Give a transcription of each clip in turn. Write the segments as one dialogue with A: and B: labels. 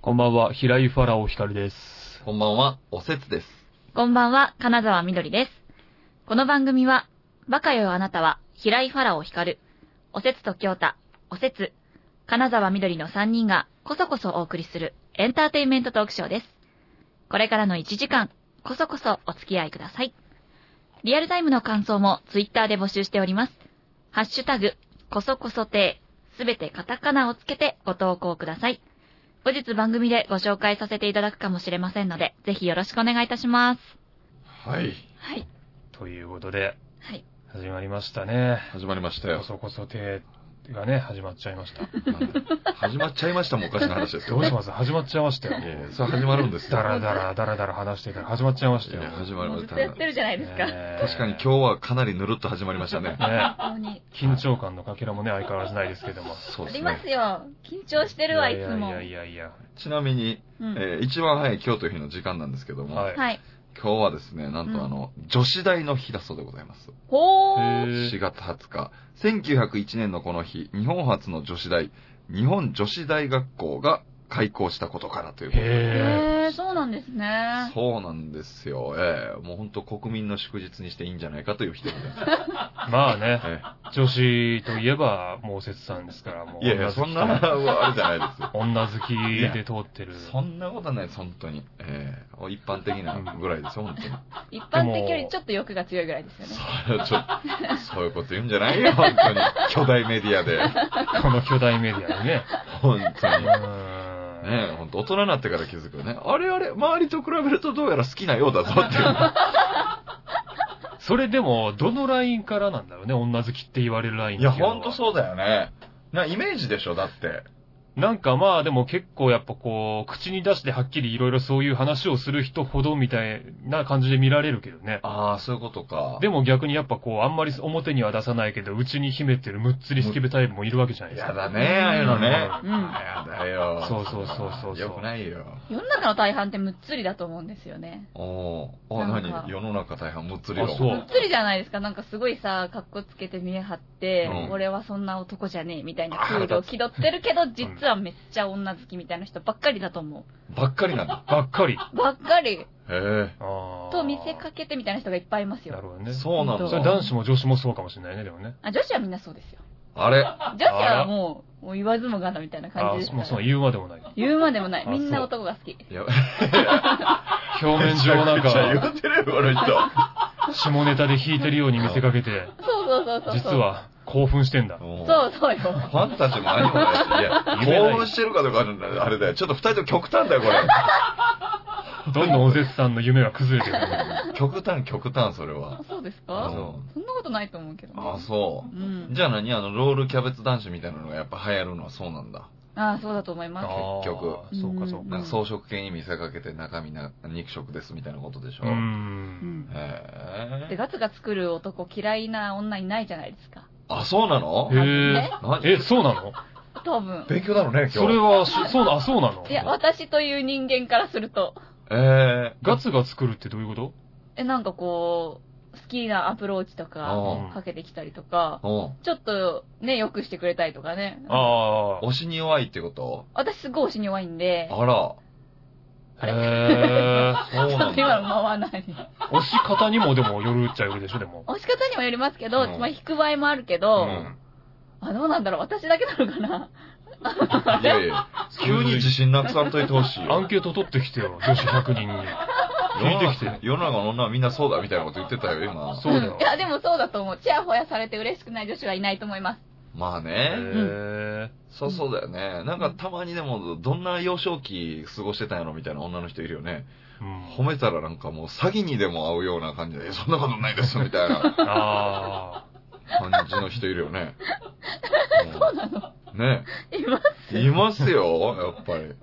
A: こんばんは、平井ファラオ光です。
B: こんばんは、おせつです。
C: こんばんは、金沢みどりです。この番組は、バカよあなたは、平井ファラオ光る、おせつと京太、おせつ、金沢みどりの3人が、こそこそお送りする、エンターテインメントトークショーです。これからの1時間、こそこそお付き合いください。リアルタイムの感想も、ツイッターで募集しております。ハッシュタグ、こそこそてい、すべてカタカナをつけてご投稿ください。後日番組でご紹介させていただくかもしれませんので、ぜひよろしくお願いいたします。
B: はい。
C: はい。
A: ということで、
C: はい。
A: 始まりましたね。
B: 始まりました
A: こ
B: よ。
A: そこそ手がね、始まっちゃい ました。
B: はい始まっちゃいましたもん、おかしな話です
A: ど
B: よ。
A: うします始まっちゃいましたよ。
B: ええそれ始まるんですよ。
A: だらだら、だらだら話してたら始まっちゃいましたよ。
B: いや始まり
C: も
B: ま
C: う
B: し。
C: ずったとやってるじゃないですか。
A: ねえ
B: 確かに今日はかなりぬるっと始まりましたね。
A: ね
C: 本当に。
A: 緊張感のかけらもね、相変わらずないですけども。
B: そう
C: あ
B: です
C: りま
B: ね
C: す。よ。緊張してるわ、いつも。
A: やいやいやいや。
B: ちなみに、
C: うん
B: えー一番早い今日という日の時間なんですけども、
A: はい
C: はい。
B: 今日はですね、なんとあの、女子大の日だそうでございます。
C: ほ
A: へ
C: ー。
A: え
B: 4月20日、1901年のこの日、日本初の女子大、日本女子大学校が開校したことからということで
A: へ
C: へー、そうなんですね。
B: そうなんですよ。ええもう本当国民の祝日にしていいんじゃないかという 人でございます。
A: ーまあね、
B: え
A: 女子といえば、もう節さんですから、もう。
B: えいやいや、そんな、あれじゃないですよ。
A: 女好きで通ってる。
B: そんなことはないです、本当に。ええ一般的なぐらいですよ、本当に。
C: 一般的よりちょっと欲が強いぐらいですよね。
B: それはちょっと、そういうこと言うんじゃないよ、本当に。巨大メディアで。
A: この巨大メディア にね。
B: 本
A: う
B: 当に。
A: ーん
B: ねえ、ほんと大人になってから気づくよね。あれあれ、周りと比べるとどうやら好きなようだぞって いう。
A: それでも、どのラインからなんだろうね、女好きって言われるライン
B: いや、ほんと
A: う
B: そうだよね。な、イメージでしょ、だって。。
A: なんかまあでも結構やっぱこう、口に出してはっきりいろいろそういう話をする人ほどみたいな感じで見られるけどね。
B: ああ、そういうことか。
A: でも逆にやっぱこう、あんまり表には出さないけど、内に秘めてるむっつりスケベタイプもいるわけじゃないです
B: や
A: か。
B: だね、ああいうのね。
A: う
C: うん。
B: やだよ。
A: そうそうそうそうそう
B: よくないよ。
C: 世の中の大半ってむっつりだと思うんですよね。
B: おお。あ、
C: なんか
B: 何世の中大半むっつりの。
A: あそう
C: むっつりじゃないですか。なんかすごいさ、格好つけて見え張って、
B: うん
C: 俺はそんな男じゃねえみたいなクールを気取ってるけど、実はめっちゃ女好きみたいな人ばっかりだと思
B: ばっかりなんだ。
A: ばっかり。
C: う。ばっかり。
B: へえ。
A: と
C: と見せかけてみたいな人がいっぱいいます
A: なる
C: よ。
A: ほどね。
B: そうなん
C: ほん
A: それ
C: と
B: だ。
A: 男子も女子もそうかもしれないね、でもね。
C: あ、女子はみんなそうですよ。
B: あれ
C: 女子はもう、もう言わずもがなみたいな
A: あ
C: 感じです
A: ー
C: か
A: もう
C: ら。
A: そう言うまでもない。
C: 言うまでもない。
A: あ
C: みんな男が好き。
B: いや、
A: 表面上なん
B: めちゃくちゃ
A: か、
B: 言ってるよ、この人。
A: 下ネタで弾いてるように見せかけて、
C: そうそうそうそう。
A: 実。は興奮してんだ。
B: もう
C: そうそうよ。
B: ファンタジーも何もないし、い
A: 夢
B: や、
A: ない
B: 興奮してるかどうかあれだよ。ちょっと二人とも極端だよ、これ。
A: どんどんおぜつさんの夢が崩れてくる。
B: 極端、極端、それは。
C: そうです
B: あ
C: かそんなことないと思うけどね。
B: あ、そうう。
C: ん。
B: じゃあ何あの、ロールキャベツ男子みたいなのがやっぱ流行るのはそうなんだ。
C: ああ、そうだと思います。
A: あー
B: 結局
A: そうかそうか。
B: なんか装飾系に見せかけて中身な肉食ですみたいなことでしょ。
A: うー。
C: うんん。
B: へ
C: で、
B: え。
C: ガツガツ来る男嫌いな女いないじゃないですか。
B: あ、そうなの
A: へえ
B: 何。
A: え、そうなの
C: 多分。
B: 勉強だろうね、
A: そ
B: 今
A: れ
B: 日。
A: はし、そうな、あそうなの
C: いや、私という人間からすると、
B: ええ。
A: ガツガツ来るってどういうこと
C: え、なんかこう、好きなアプローチとか、
B: うん
C: かけてきたりとか、
B: うん。
C: ちょっとね、良くしてくれたりとかね。
A: あ
B: 推しに弱いってこと
C: 私すごい推しに弱いんで、
B: あら。
A: あ。へえ。
B: そう
C: ちょ
B: な
C: っ
B: ん
C: と今
B: だ。
C: の間はない。
A: 押し方にもでもよるっちゃよるでしょ、でも。
C: 押し方にもよりますけど、
B: うん
C: まあ引く場合もあるけ
B: う
C: ど、
B: ん。
C: あ、どうなんだろう私だけなのかない
B: やいや、急に自信なくさんといてほしい
A: ア
B: よ
A: ン。ケート取ってきてよ、女子100人に。聞いてきて。
B: 世の中の女はみんなそうだみたいなこと言ってたよ、今。
A: そうだよ
C: んい。や、でもそうだと思う。チヤホヤされて嬉しくない女子はいないと思います。
B: まあ
A: へ
B: ね。
A: え。
B: そうそうだよね。なんかたまにでも、どんな幼少期過ごしてたんやろみたいな女の人いるよね。
A: うん
B: 褒めたらなんかもう詐欺にでも会うような感じで、いやそんなことないですみたいな
A: あ
B: 感じの人いるよね。 そうなのね。
C: いま
B: いますよ、やっぱり。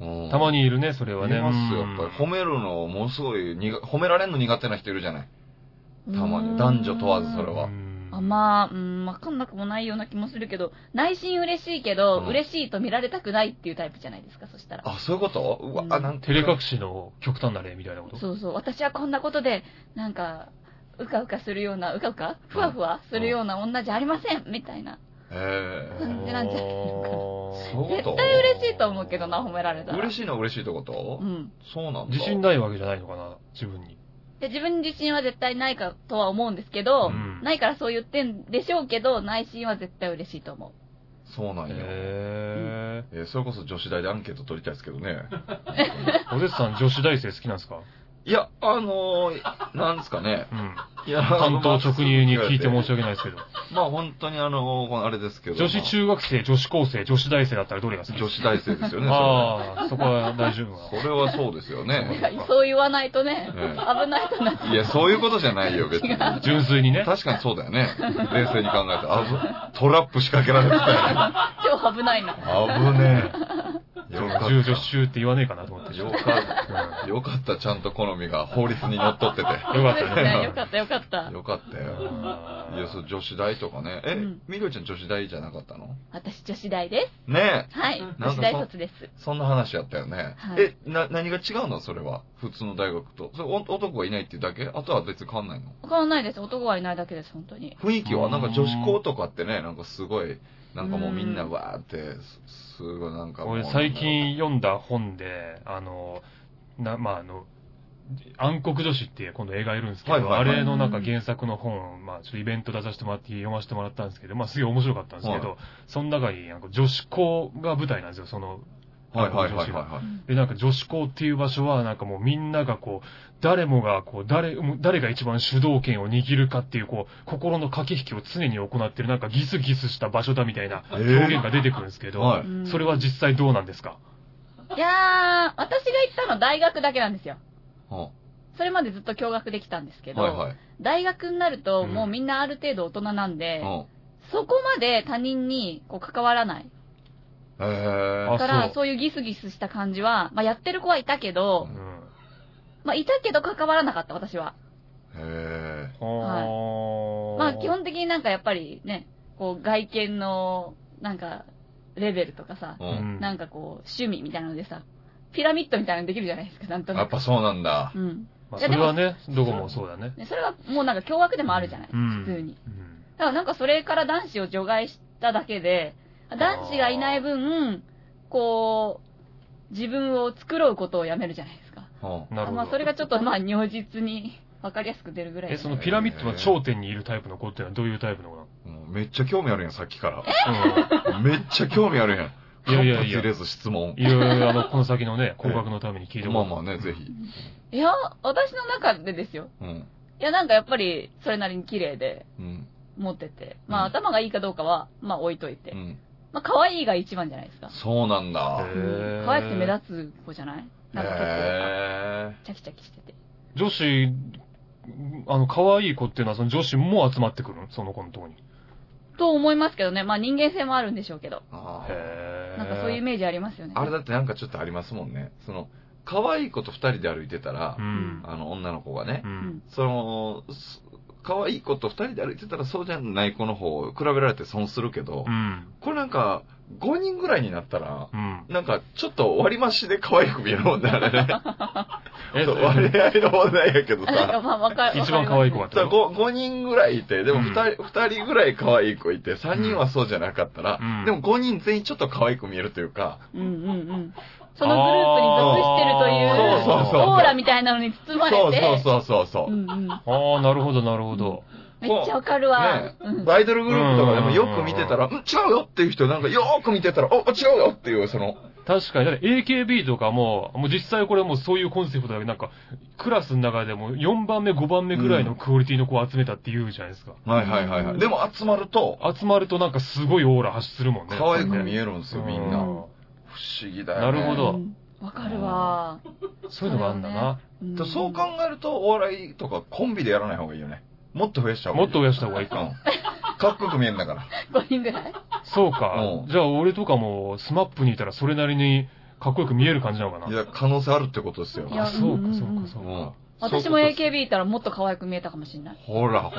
B: うん
A: あ。たまにいるね、それ
B: い
A: はね。
B: ますよ、や
A: うん
B: っぱり。褒めるのものすごい苦、褒められんの苦手な人いるじゃない。たまに男女問わずそれは
A: うん
C: あまあ、うん、わかんなくもないような気もするけど、内心嬉しいけど、
B: うん
C: 嬉しいと見られたくないっていうタイプじゃないですか、そしたら。
B: あ、そういうことうわ、
C: うん
B: なんか
A: 照れ隠しの極端な例みたいなこと。
C: そうそう、私はこんなことで、なんか、うかうかするような、うかうかふわふわするような女じゃありませんみたいな。
B: え
C: な
B: え
C: んでなんじゃないのかな
B: そういうこと
C: 絶対嬉しいと思うけどな、褒められたら。
B: 嬉
C: い。
B: しいのは嬉しいってこと、
C: うん。
B: そうなんだ。
A: 自信ないわけじゃないのかな、自分に。
C: で、自分に自信は絶対ないかとは思うんですけど、
A: うん
C: ないからそう言ってんでしょうけど、内心は絶対嬉しいと思
B: そうなんよ。え
A: へ
B: ーそれこそ女子大でアンケート取りたいですけどね。
A: ー。おでつさん女子大生好きなんですか
B: いや、あのー、なんですかね。
A: うん。
B: いや、
A: 担当直入に聞いて申
B: も
A: し訳ないですけど。
B: まあ本当にあのー、あれですけど。
A: 女子中学生、女子高生、女子大生だったらどれが好き
B: 女子大生ですよね。
A: ああ、そこは大丈夫な
B: それはそれはそうですよ
C: う。
B: ね。
C: そう言わないとね、
B: え
C: 危ないとな。
B: いや、そういうことじゃないよ、別に。
A: の。純粋にね。
B: 確かにそうだよね。冷静に考えたら。あぶトラップ仕掛けられてた
C: 超危ないな。
B: よね。危ねえ。よか
A: 女子中って言わねえかなと思って。
B: よかった。よかった、ちゃんと好みが法律にのっとってて。
A: よかったね。
C: よかった、よかった。
B: よかったよ。
A: うん
B: いや、そう、女子大とかね。え
C: うん、
B: みどりちゃん女子大じゃなかったの
C: 私、女子大で
B: ね
C: す。はい
A: ん。
B: か
C: 女子大卒です。
B: え。そんな話やったよね。
C: はい
B: え、な、何が違うのそれは。普通の大学と。それ、お男がいないっていうだけあとは別に変わんないの
C: わかんないです。男はいないだけです、本当に。
B: 雰囲気は、なんか女子校とかってね、なんかすごい、なんかもうみんな
C: うん
B: わーって、すすごいなんかもう。
A: 俺最近読んだ本で、あの、な、まあ、あの、暗黒女子っていう今度映画やるんですけど、
B: はいはいはい
A: あれのなんか原作の本、まあちょっとイベント出させてもらって読ませてもらったんですけど、まあすげえ面白かったんですけど、
B: は
A: その中になんか女子校が舞台なんですよ、その、
B: はいはい
A: 女
B: は
A: 子
B: い
A: が。
B: は。
A: で、なんか女子校っていう場所はなんかもうみんながこう、誰もがこう、誰、もう誰が一番主導権を握るかっていうこう、心の駆け引きを常に行ってるなんかギスギスした場所だみたいない
B: え
A: 表現が出てくるんですけど、
B: は
C: うん
A: それは実際どうなんですか
C: いやー、私が行ったのは大学だけなんですよ。
B: は
C: それまでずっと共学できたんですけ
B: い
C: ど、
B: はい。
C: 大学になると
A: うん
C: もうみんなある程度大人なんで、
B: うん
C: そこまで他人にこう関わらない。
B: へえ
A: あ
C: だから、
A: そう
C: そういうギスギスした感じは、まあやってる子はいたけ
A: う
C: ど、
A: ん。
C: まあいたけど関わらなかった、私は。
B: へ
A: は
C: まあ基本的になんかやっぱりね、こう外見の、なんか、レベルとかさ
B: え。、うん。
C: なんかこう、趣味みたいなのでさ、ピラミッドみたいなのできるじゃないですか、なんと
B: や
C: な
B: っ
C: く
B: ぱ。そうなんだ。
C: うん。
A: まあ、
C: いやで
A: それ
C: も
A: はね、どこもそうだね。
C: でそれはもうなんか凶悪でもあるじゃない、
A: うん
C: 普通に。
A: うん
C: だからなんかそれから男子を除外しただけで、男子がいない分、こう、自分を繕うことをやめるじゃないですか。
B: うん
A: なるほど。
C: まあそれがちょっとまあ如実に分かりやすく出るぐらい
A: え、
C: で。
A: そのピラミッドの頂点にいるタイプの子ってのはどういうタイプの子なの
B: もうめっちゃ興味あるやん、さっきから。
A: うん
B: めっちゃ興味あるやん。
A: いやいやいや
B: 間髪入れず質問。
A: いろいろ、あの、この先のね、工学のために聞いて
B: まあま
A: も
B: あね、
A: ら
B: ぜひ。
C: いや、私の中でですよ。
B: うん。
C: いやなんかやっぱりそれなりに綺麗で
B: うん。
C: 持ってて、ま
B: う
C: あ
B: ん
C: 頭がいいかどうかは、まあ置いといて。
B: うん。
C: まあ可愛いが一番じゃないですか。
B: そうなんだ。
A: へ
C: う
A: ー
C: ん可愛くて目立つ子じゃないなんかちょっとなんか
B: へ
C: チャキチャキしてて。
A: 女子、あの、可愛い子っていうのは、その女子も集まってくるのその子のとこに。
C: と思いますけどね。まあ人間性もあるんでしょうけど。
B: ーあー
A: へー
C: なんかそういうイメージありますよね。
B: あれだってなんかちょっとありますもんね。その、可愛い子と二人で歩いてたら
A: う、ん。
B: あの、女の子がね
A: う、ん。
B: その、す可愛い子と二人で歩いてたらそうじゃない子の方を比べられて損するけど
A: う、ん。
B: これなんか、5人ぐらいになったら、
A: うん。
B: なんか、ちょっと割り増しで可愛く見えるもんね、あれね。
A: え、
B: そう割合の問題やけど
C: なんか
B: さ。
C: まあわか
A: 一番可愛い子が
C: わ
A: って
B: さ
A: こと
B: 5, 5人ぐらいいて、でも 2, 人二人ぐらい可愛い子いて、3人はそうじゃなかったら、
A: うん
B: でも5人全員ちょっと可愛く見えるというか、
C: かりますうんうんうん。そのグループに属してるという、
B: そうそうそう
C: オーラみたいなのに包まれて。
B: そうそうそうそう。
C: う
B: うん
C: うん。
A: ああ、なるほど、なるほど。
C: めっちゃわかるわ
B: ね。
C: うん。
B: アイドルグループとかでもよく見てたら、うん、違うよっていう人、なんかよーく見てたら、お、違うよっていう、その、
A: 確かに、だって AKB とかも、もう実際これもうそういうコンセプトだけど、なんか、クラスの中でも4番目、5番目ぐらいのクオリティの子を集めたって言うじゃないですか。
B: はいはいはいはい。でも集まると、
A: 集まるとなんかすごいオーラ発するもんね。
B: 可愛く見
A: る
B: えるんですよ、みんな。不
A: うん
B: 思議だよね。
A: なるほど
C: うんわかるわ。
A: そういうのがあるんだな。
C: ん
B: でそう考えると、お笑いとかコンビでやらない方がいいよね。もっと増やした方がいい。
A: もっと増やした方がいいか。
B: うんかっこよく見えるんだから。
C: 5人ぐらい
A: そうか
B: う。ん
A: じゃあ俺とかもスマップにいたらそれなりにかっこよく見える感じなのか
B: い
A: な。
B: や、可能性あるってことですよ。
C: いや
A: あ、そう
C: うんうんう
A: か、
C: ん
A: そうか、そう
B: うん
A: か。
C: 私も
B: そういうことです
C: AKB いたらもっと可愛く見えたかもしれない。
B: ほら、もう、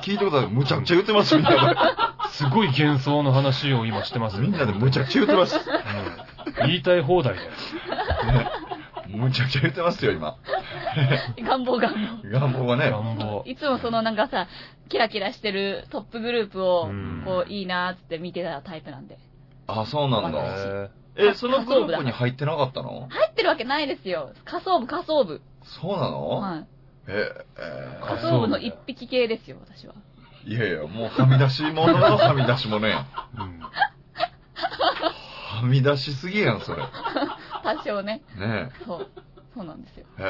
B: 聞いてください。むちゃくちゃ言ってます、みん な
A: すごい幻想の話を今してます
B: で。
A: よ
B: みんなでむちゃくちゃ言ってます。
A: うん言いたい放題だよ。
B: むちゃくちゃ言ってますよ、今。
C: 願望願望。
B: 願望がね。
A: 願望。
C: いつもそのなんかさ、キラキラしてるトップグループを
A: う、ん
C: こう、いいなーっつって見てたタイプなんで。
B: あ、そうなん
A: へ
B: だ。
A: ー
B: え、そのグループに入ってなかったの
C: 入ってるわけないですよ。仮想部、仮想部。
B: そうなの、
C: はい。
B: え、え
C: 仮
A: 仮想
C: 想
A: 部
C: 部
A: ね
C: の一匹系ですよ、私は。
B: いやいや、もうはみ出し物のはみ出し物やん。
A: うん
B: はみ出しすぎやん、それ。
C: 多少ね。
B: ね
C: そう。そうなんですよ。
B: え。へ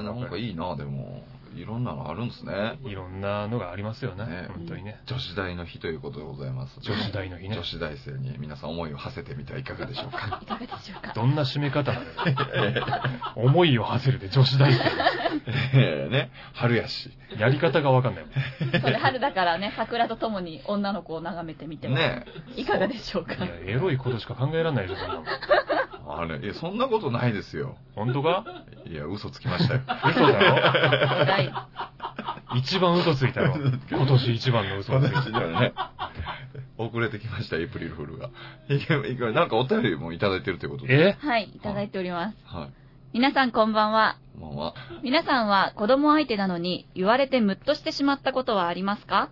B: え、なんかいいな、でも。いろんなのあるんですね。
A: いろんなのがありますよね。
B: ね
A: 本当にね。
B: 女子大の日ということでございます。
A: 女子大の日ね
B: 女。子大生に皆さん思いを馳せてみてはいかがでしょうか。
C: いかがでしょうか。
A: どんな締め方なのよ。思いを馳せるで女子大生。
B: ええね、春やし。
A: やり方がわかんないもん。
C: それ春だからね、桜とともに女の子を眺めてみても、
B: ねえ。
C: いかがでしょうか。
A: いや、エロいことしか考えられないでしょ、そんなもん。
B: あれ、いや、そんなことないですよ。
A: 本当か
B: いや、嘘つきましたよ。
A: 嘘だろ
C: はい。
A: 一番嘘ついたろ。今年一番の嘘をついた。
B: 私ではね、遅れてきました、エイプリルフールが。いけいけなんかお便りもいただいてるということで。
A: え
C: はい、いただいております。
B: はい。
C: 皆さんこんばんは。
B: まあま
C: 皆さんは子供相手なのに言われてムッとしてしまったことはありますか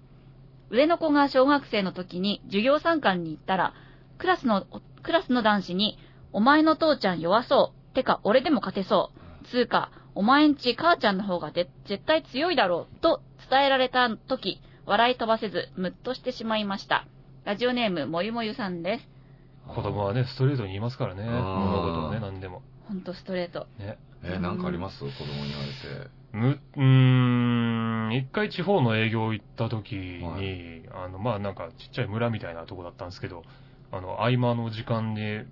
C: 上の子が小学生の時に授業参観に行ったら、クラスの、クラスの男子に、お前の父ちゃん弱そう。てか、俺でも勝てそう。つうか、お前んち母ちゃんの方がで絶対強いだろう。と伝えられた時、笑い飛ばせず、ムッとしてしまいました。ラジオネーム、もゆもゆさんです。
B: あ。
A: 子供はね、ストレートに言いますからね。
B: ん
A: 物事をね、何でも。
C: ほんとストレート。
A: ね。
B: え、なんかあります子供に言われて。
A: む、うーん、一回地方の営業行った時に、
B: は
A: あの、まあ、なんかちっちゃい村みたいなとこだったんですけど、あの、合間の時間で、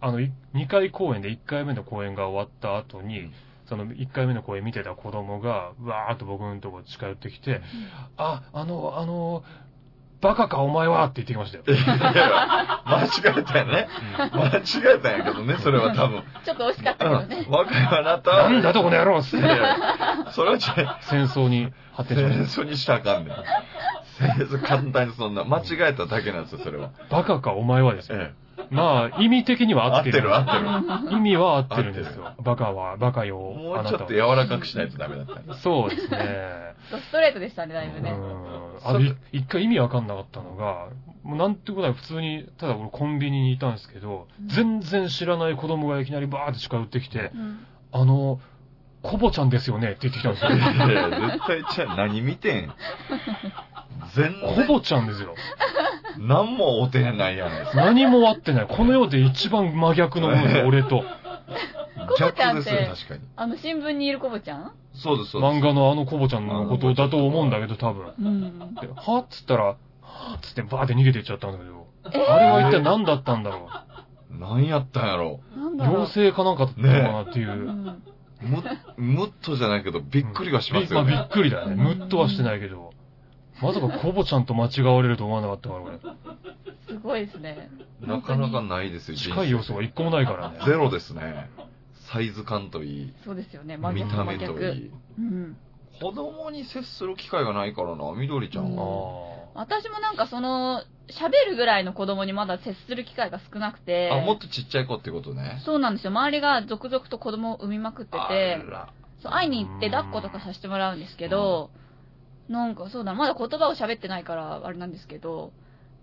A: あの、い二回公演で一回目の公演が終わった後に、
B: うん
A: その一回目の公演見てた子供が、わーっと僕のとこ近寄ってきて、あ、あの、あの、バカかお前はって言ってきましたよ。
B: いや間違えたよね。間違えたんやけどね、それは多分。
C: ちょっと惜しかったけどね
B: うん。。若いあなた
A: な
B: は。
A: んだとこの野郎っ
B: い
A: す
B: やい
A: ね。
B: やそれはちょ
A: 戦争に発展しまし
B: 戦争にしたらあかんねん。戦争簡単にそんな。間違えただけなんですよ、それは。
A: た。バカかお前はですよ。
B: ええ。
A: まあ、意味的には合
B: 合
A: っ
B: ってて
A: る。
B: る、合ってる。
A: 意味は合ってるんですよ。バカは、バカよ。
B: も
A: あ
B: う
A: な
B: ちょ
A: た
B: っ
A: は
B: と柔らかくしないとダメだった。
A: そうですね。
C: ストレートでしたね、だいぶ
A: う
C: ね。
A: ん。あの、い一回意味わかんなかったのが、もうなんてことない、普通に、ただ俺コンビニにいたんですけど、全然知らない子供がいきなりバーって近寄ってきて、
C: うん
A: あの、コボちゃんですよねって言ってきたんですよ。
B: いやいや絶対ちゃう何見てん。全
A: コ
B: 然、
A: ボちゃんですよ。
B: 何もおてないやないですか。
A: 何も合ってない。この世で一番真逆のもので、俺
C: コ
A: と。
C: ボちゃんって
B: 逆ですよ、確かに。
C: あの、新聞にいるコボちゃん
B: そうです、そう
A: 漫
B: で
A: 画のあのコボちゃんのことだと思うんだけど、多分。
C: うん。
A: ではっつったら、はっつってバーって逃げていっちゃったんだけど、あれは一体何だったんだろう。
B: す。何やったんやろ
C: なんだろ
A: 妖
C: う。
A: 精かなんかだったのかなっていうう。
C: ん
B: う。む、むっとじゃないけど、びっくりはしますよ
A: びまあ
B: ね。
A: びっくりだよね。ムッとはしてないけど。まさかコボちゃんと間違われると思わなかったから、俺。
C: すごいですね。
B: なかなかないですよ、
A: 近い要素が一個もないから ね。
B: ゼロですね。サイズ感といい、
C: そうですよね、真
B: 見
C: 逆
B: た目
C: 真
B: とい
C: 逆。
B: い。
C: うん。
B: 子供に接する機会がないからな、緑ちゃんは。
A: あ
C: 私もなんかその、喋るぐらいの子供にまだ接する機会が少なくて。
B: あ、もっとちっちゃい子ってことね。
C: そうなんですよ。周りが続々と子供を産みまくって
B: あ
C: て、
B: ら。
C: そう会いに行って抱っことかさせてもらうんですけど、なんかそうだ、まだ言葉を喋ってないからあれなんですけど、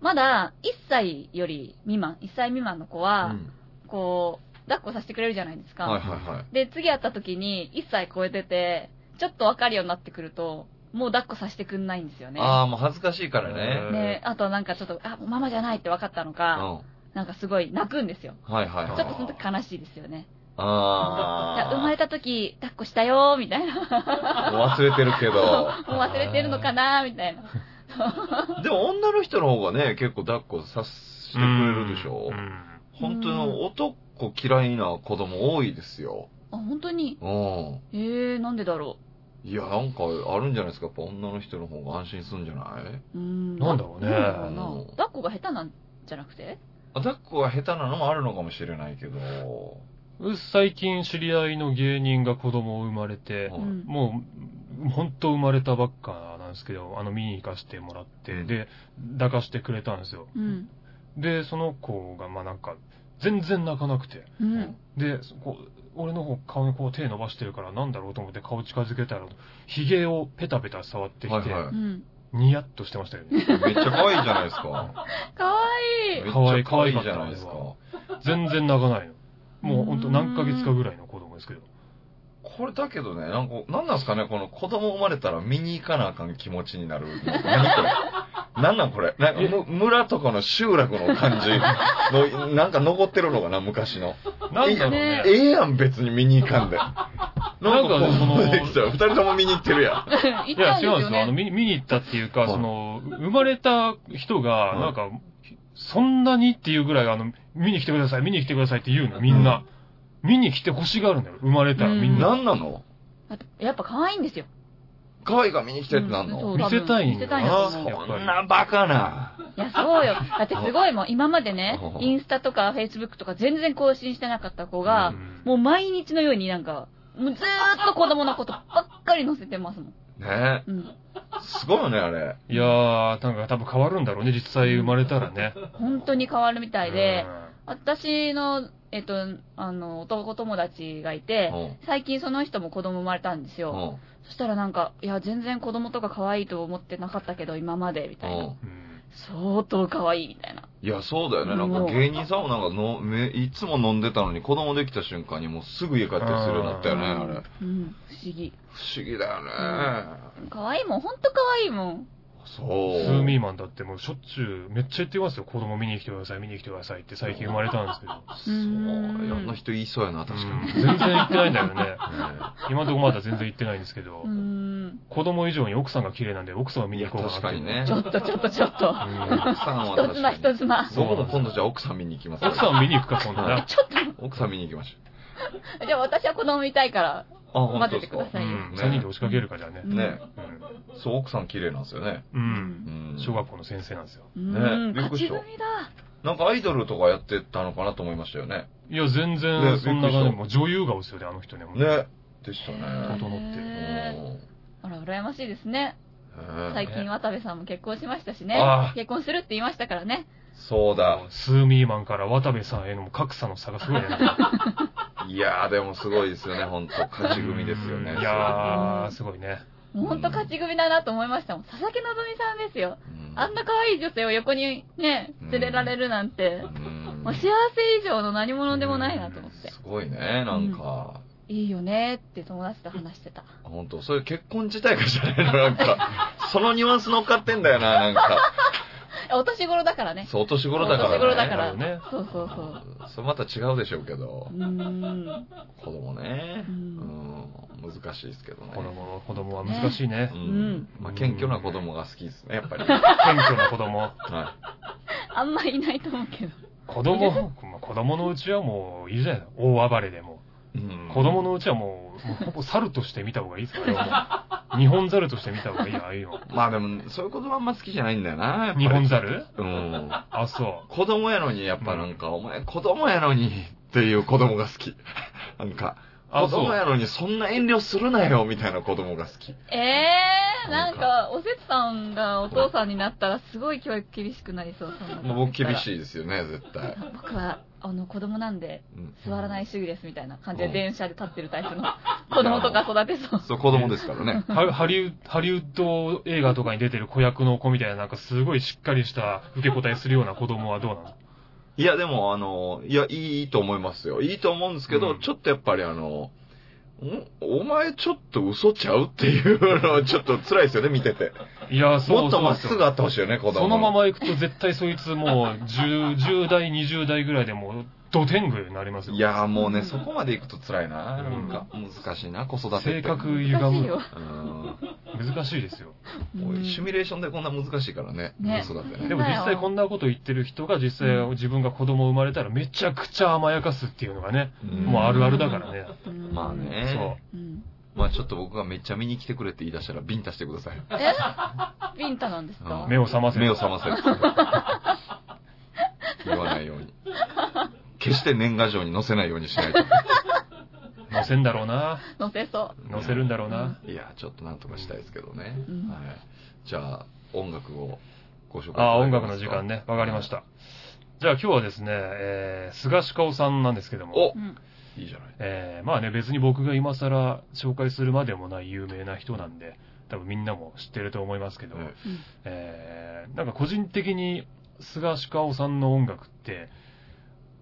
C: まだ1歳より未満、1歳未満の子
B: う
C: は、
B: ん。
C: こう、抱っこさせてくれるじゃないですか。
B: はいはいはい。
C: で、次会った時に、1歳超えてて、ちょっとわかるようになってくると、もう抱っこさせてくんないんですよね。
B: ああ、もう恥ずかしいから
A: うん
B: ね。
C: で、あとなんかちょっと、あ、ママじゃないって分かったの
B: う
C: か、
B: ん。
C: なんかすごい泣くんですよ。
B: はいはい
C: ちょ
B: は
C: っ
B: い。
C: とその時悲しいですよね。だから
B: ああ。
C: 生まれた時、抱っこしたよー、みたいな。
B: もう忘れてるけ ど。
C: もう忘れてるのかなー、みたいな。
B: でも女の人の方がね、結構抱っこさせて
A: ー
B: くれるでしょ
A: う。ん
B: 本当の男嫌いな子供多いですよ。
C: あ、本当に
B: うん。
C: えー、なんでだろ。
B: いや、なんかあるんじゃないですか。やっぱ女の人の方が安心するんじゃないう
C: うーん。
A: なんだろうね
C: なんだろうな
B: うん
C: 抱っこが下手なんじゃなくて
B: あ抱っこが下手なのもあるのかもしれないけど。
A: うん。最近知り合いの芸人が子供を生まれて
B: う
C: う、
B: ん
C: ん。
A: もう、本当生まれたばっかなんですけど、あの、見に行かせてもらって、で、抱かしてくれたんですよ。
C: うん。
A: で、その子が、まあなんか、全然泣かなくて。
C: うん。
A: で、そこ俺の方、顔にこう手伸ばしてるからなんだろうと思って顔近づけたら、髭をペタペタ触ってき
B: はい
A: て、
B: は
C: うん。
A: ニヤッとしてましたよね。
B: めっちゃ可愛いじゃないです か。
C: かわいい。
B: めっち
A: 可愛
B: ゃ
A: い
B: 可愛いじゃないですか。
A: 可
B: こ
A: 全然泣かないの。もうほんと
C: うーん
A: 何ヶ月かぐらいの子供ですけど。
B: れだけどね、なんか、なんなんですかね、この子供生まれたら見に行かなあかん気持ちになる。なんこれなんなんこれなんかむ村とかの集落の感じの、 なんか残ってるのかな、昔の。
A: なんだろ
C: ね
A: うね。
B: ええやん、別に見に行かんで。なんか
A: なんかね
B: こ
A: その
B: うできちゃう。二人とも見に行ってるやん。
C: いっ
A: い
C: た
A: や、
C: んです
A: 違う
C: よ
A: んですよ。あ
C: ね。
A: の、見に見に行ったっていうか、
B: はい
A: その、生まれた人が
B: は、い
A: なんか、そんなにっていうぐらい、あの、見に来てください、見に来てくださいって言うの、みんな。見に来て欲しがるのよ、生まれたらみん
C: う
A: な。
B: なんなの
C: やっぱ可愛いんですよ。
B: 可愛いが見に来てってなん
C: う
B: の、
C: ん
A: 見せたいんだ
C: 多
A: な、や
C: 分
A: っ
C: 見
B: こ
A: ぱり
B: ん。なバカな。
C: いや、そうよ。だってすごいもん。今までね、インスタとかフェイスブックとか全然更新してなかった子が、
A: うん
C: もう毎日のようになんか、もうずーっと子供のことばっかり載せてますもん。
B: ね
C: うん。
B: すごいよね、あれ。
A: いやー、なんか多分変わるんだろうね、実際生まれたらね。
C: 本当に変わるみたいで、
A: う
C: 私の、えっと、あの、男友達がいて、最近その人も子供生まれたんです
B: うん
C: よ。
B: うん
C: そしたらなんか、いや、全然子供とか可愛いと思ってなかったけど、今まで、みたいな。
B: うん
A: んうん
C: 相当可愛い、みたいな。
B: いや、そうだよね。なん
C: う
B: か
C: ん
B: 芸人さんもなんかのめ、いつも飲んでたのに子供できた瞬間にもうすぐ家帰ったりするようになったよね、あれ。
C: うん、不思議。
B: 不思議だよね。
C: 可愛いもん、ほんと可愛いもん。
B: そう。
A: スーミーマンだってもうしょっちゅうめっちゃ言ってますよ。子供見に来てください、見に来てくださいって最近生まれたんですけど。
B: そう。いろんな人言いそうやな、 確かに。
A: うん全然言ってないんだよね。
B: ね
A: 今のところまだ全然言ってないんですけど
C: う、ん。
A: 子供以上に奥さんが綺麗なんで奥さんを見
B: い
A: に
B: や
A: 行こうかな
B: 確かにね
C: ち。ょっとちょっとちょっと。
A: うん
B: 奥さんは
C: 人
B: 確
C: 妻
B: かに。
C: 人妻。ち
B: 僕も今度じゃあ奥さん見に行きます。
A: 奥さんを見に行くか、今度な。
C: ょっ
B: 奥さん見に行きまし
C: と。じゃあ私は子供見たいから。
B: ょう。あ、本
C: 待
B: 当
C: っ
B: で
C: て
B: す
C: て
B: か
C: くださ
A: う
C: い
A: ん。3人で押しかけるかじゃあね。
B: ね
A: う
B: そう、奥さん綺麗なんですよね。
A: ん。
B: う
A: うんん。小学校の先生なんですよ。
C: う
B: ね
C: ん。
B: びっく
C: 勝
B: りし
C: ち
B: た
C: 組だ。
B: なんかアイドルとかやってたのかなと思いましたよね。
A: いや、全
B: ね
A: 然、そんな感じ。もう女優顔ですよね、あの人ね。
B: ね。でした
A: 本
B: ね。
A: 当整ってる
C: へーあら、羨ましいですね。
B: うん
C: 最近渡部さんも結婚しましたしね
B: ああ。
C: 結婚するって言いましたからね。
B: そうだ。
A: スーミーマンから渡部さんへの格差の差がすごいね。
B: いやー、でもすごいですよね、本当勝ち組ですよね。
A: いやー、すごいね。
C: もうほんと勝ち組だなと思いましたもん。佐々木希さんですよ。
B: うん
C: あんな可愛い女性を横にね、連れられるなんて。
B: うん
C: もう幸せ以上の何者でもないなと思って
B: す。ごいね、なんか。
C: いいよねって友達と話してた。
B: 本当そういう結婚自体がじゃないの、なんか。 そのニュアンス乗っかってんだよな、なんか。
C: お年頃だからね。
B: そう、お年頃だから、ね。
C: お年頃だから。
A: ね
C: そうそうそう。
B: それまた違うでしょうけど
C: う、ん。
B: 子供ね。
C: う
B: うんん、難しいですけどね。
A: 子供の子供は難しいね
B: う。
C: うん
B: ん。まあ、謙虚な子供が好きですね、やっぱり。
A: 謙虚な子供。
B: は
C: あんまいないと思うけど。
A: 子供、まあ子供のうちはもういいじゃない大暴れでも。
B: い。うん
A: 子供のうちはもう、もうほぼ猿として見た方がいいですから、もう日本猿として見た方がいいよ、ああいうの。
B: まあでも、そういう子供あんま好きじゃないんだよな、やっぱり
A: 日本猿
B: うん。
A: あ、そ
B: 子供やのに、やっぱなんか、お前子供やのにっていう子供が好き。 なんか、
A: あ
B: 子供やのにそんな遠慮するなよみたいな子供が好き。
C: ええー、なんか、おせつさんがお父さんになったらすごい教育厳しくなりそう。
B: もう僕厳
C: い。
B: しいですよね、絶対。
C: 僕は、あの、子供なんで、
B: うん
C: 座らない主義ですみたいな感じで
B: うん
C: 電車で立ってるタイプ の子供とか育てそう。
B: そう、子供ですからね。
A: う。ハハリウハリウッド映画とかに出てる子役の子みたいな、なんかすごいしっかりした受け答えするような子供はどうなの
B: いや、でも、あの、いや、いいと思いますよ。いいと思うんですけど、
A: うん
B: ちょっとやっぱりあの、んお前ちょっと嘘ちゃうっていうのは ちょっと辛いですよね、見てて。
A: いや、そう
B: もっとまっすぐあってほしい
A: い。
B: よね、子供。
A: そのま。ま行くと絶対そいつ もう 10, 10代、20代ぐらいでもうド天狗になりますよ。
B: いやーもう
C: う
B: ね、
C: ん
B: そこまで行くと辛いな。
A: う
B: なんんか、難しいな、子育てって。
A: 性格歪
C: 難しい
A: む
C: よ。。
B: うん。
A: 難しいですよ。
B: もうシミ
C: ュ
B: ュレーションでこんな難しいからね、
C: ね
B: 子育て
A: で
B: ね。
A: も実際こんなこと言ってる人が実際自分が子供生まれたらめちゃくちゃ甘やかすっていうのがね、
B: うん
A: もうあるあるだからね。
B: まあ。ね。
C: うん
B: まあちょっと僕がめっちゃ見に来てくれって言い出したらビンタしてください。
C: えビンタなんですか
B: う
A: そ
B: ん
A: う。目を覚ませ。
B: 目を覚ませ。言わないように。決して年賀状に載せないようにしないと。
A: 乗せんだろうな。
C: 乗せそ
A: 乗せるんだろうな。
B: いや、ちょっとなんとかしたいですけどね。
C: うん
B: はい。じゃあ、音楽をご紹介いただけますか
A: ああ、音楽の時間。ね。わかりました。じゃあ今日はですね、えー、菅氏顔さんなんですけども。
B: お
C: うん。
B: いいじゃない。
A: えーまあね、別に僕が今更紹介するまでもない有名な人なんで、多分みんなも知ってると思いますけど、
B: うん
A: えーなんか個人的に菅鹿尾さんの音楽って、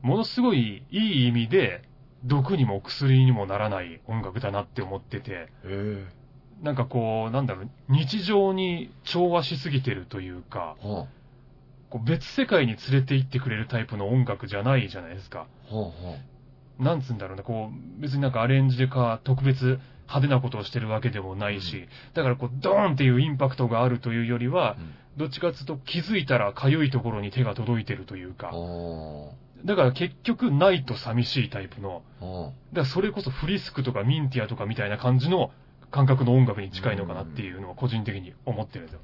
A: ものすごいいい意味で、毒にも薬にもならない音楽だなって思ってて、
B: え
A: なんかこう、なんだろう、日常に調和しすぎてるというか、
B: えは
A: こう別世界に連れて行ってくれるタイプの音楽じゃないじゃないですか。
B: あ、はあ、は
A: なんつうんだろうね、こう、別になんかアレンジでか、特別派手なことをしてるわけでもないし、だからこう、ドーンっていうインパクトがあるというより
B: あ
A: は、
B: うん
A: どっちかっていうと気づいたら痒いところに手が届いてるというか、
B: は
A: だから結局ないと寂しいタイプの、
B: あ、はあ。
A: だからそれこそフリスクとかミンティアとかみたいな感じの感覚の音楽に近いのかなっていうのを個人的に思ってるんですよ。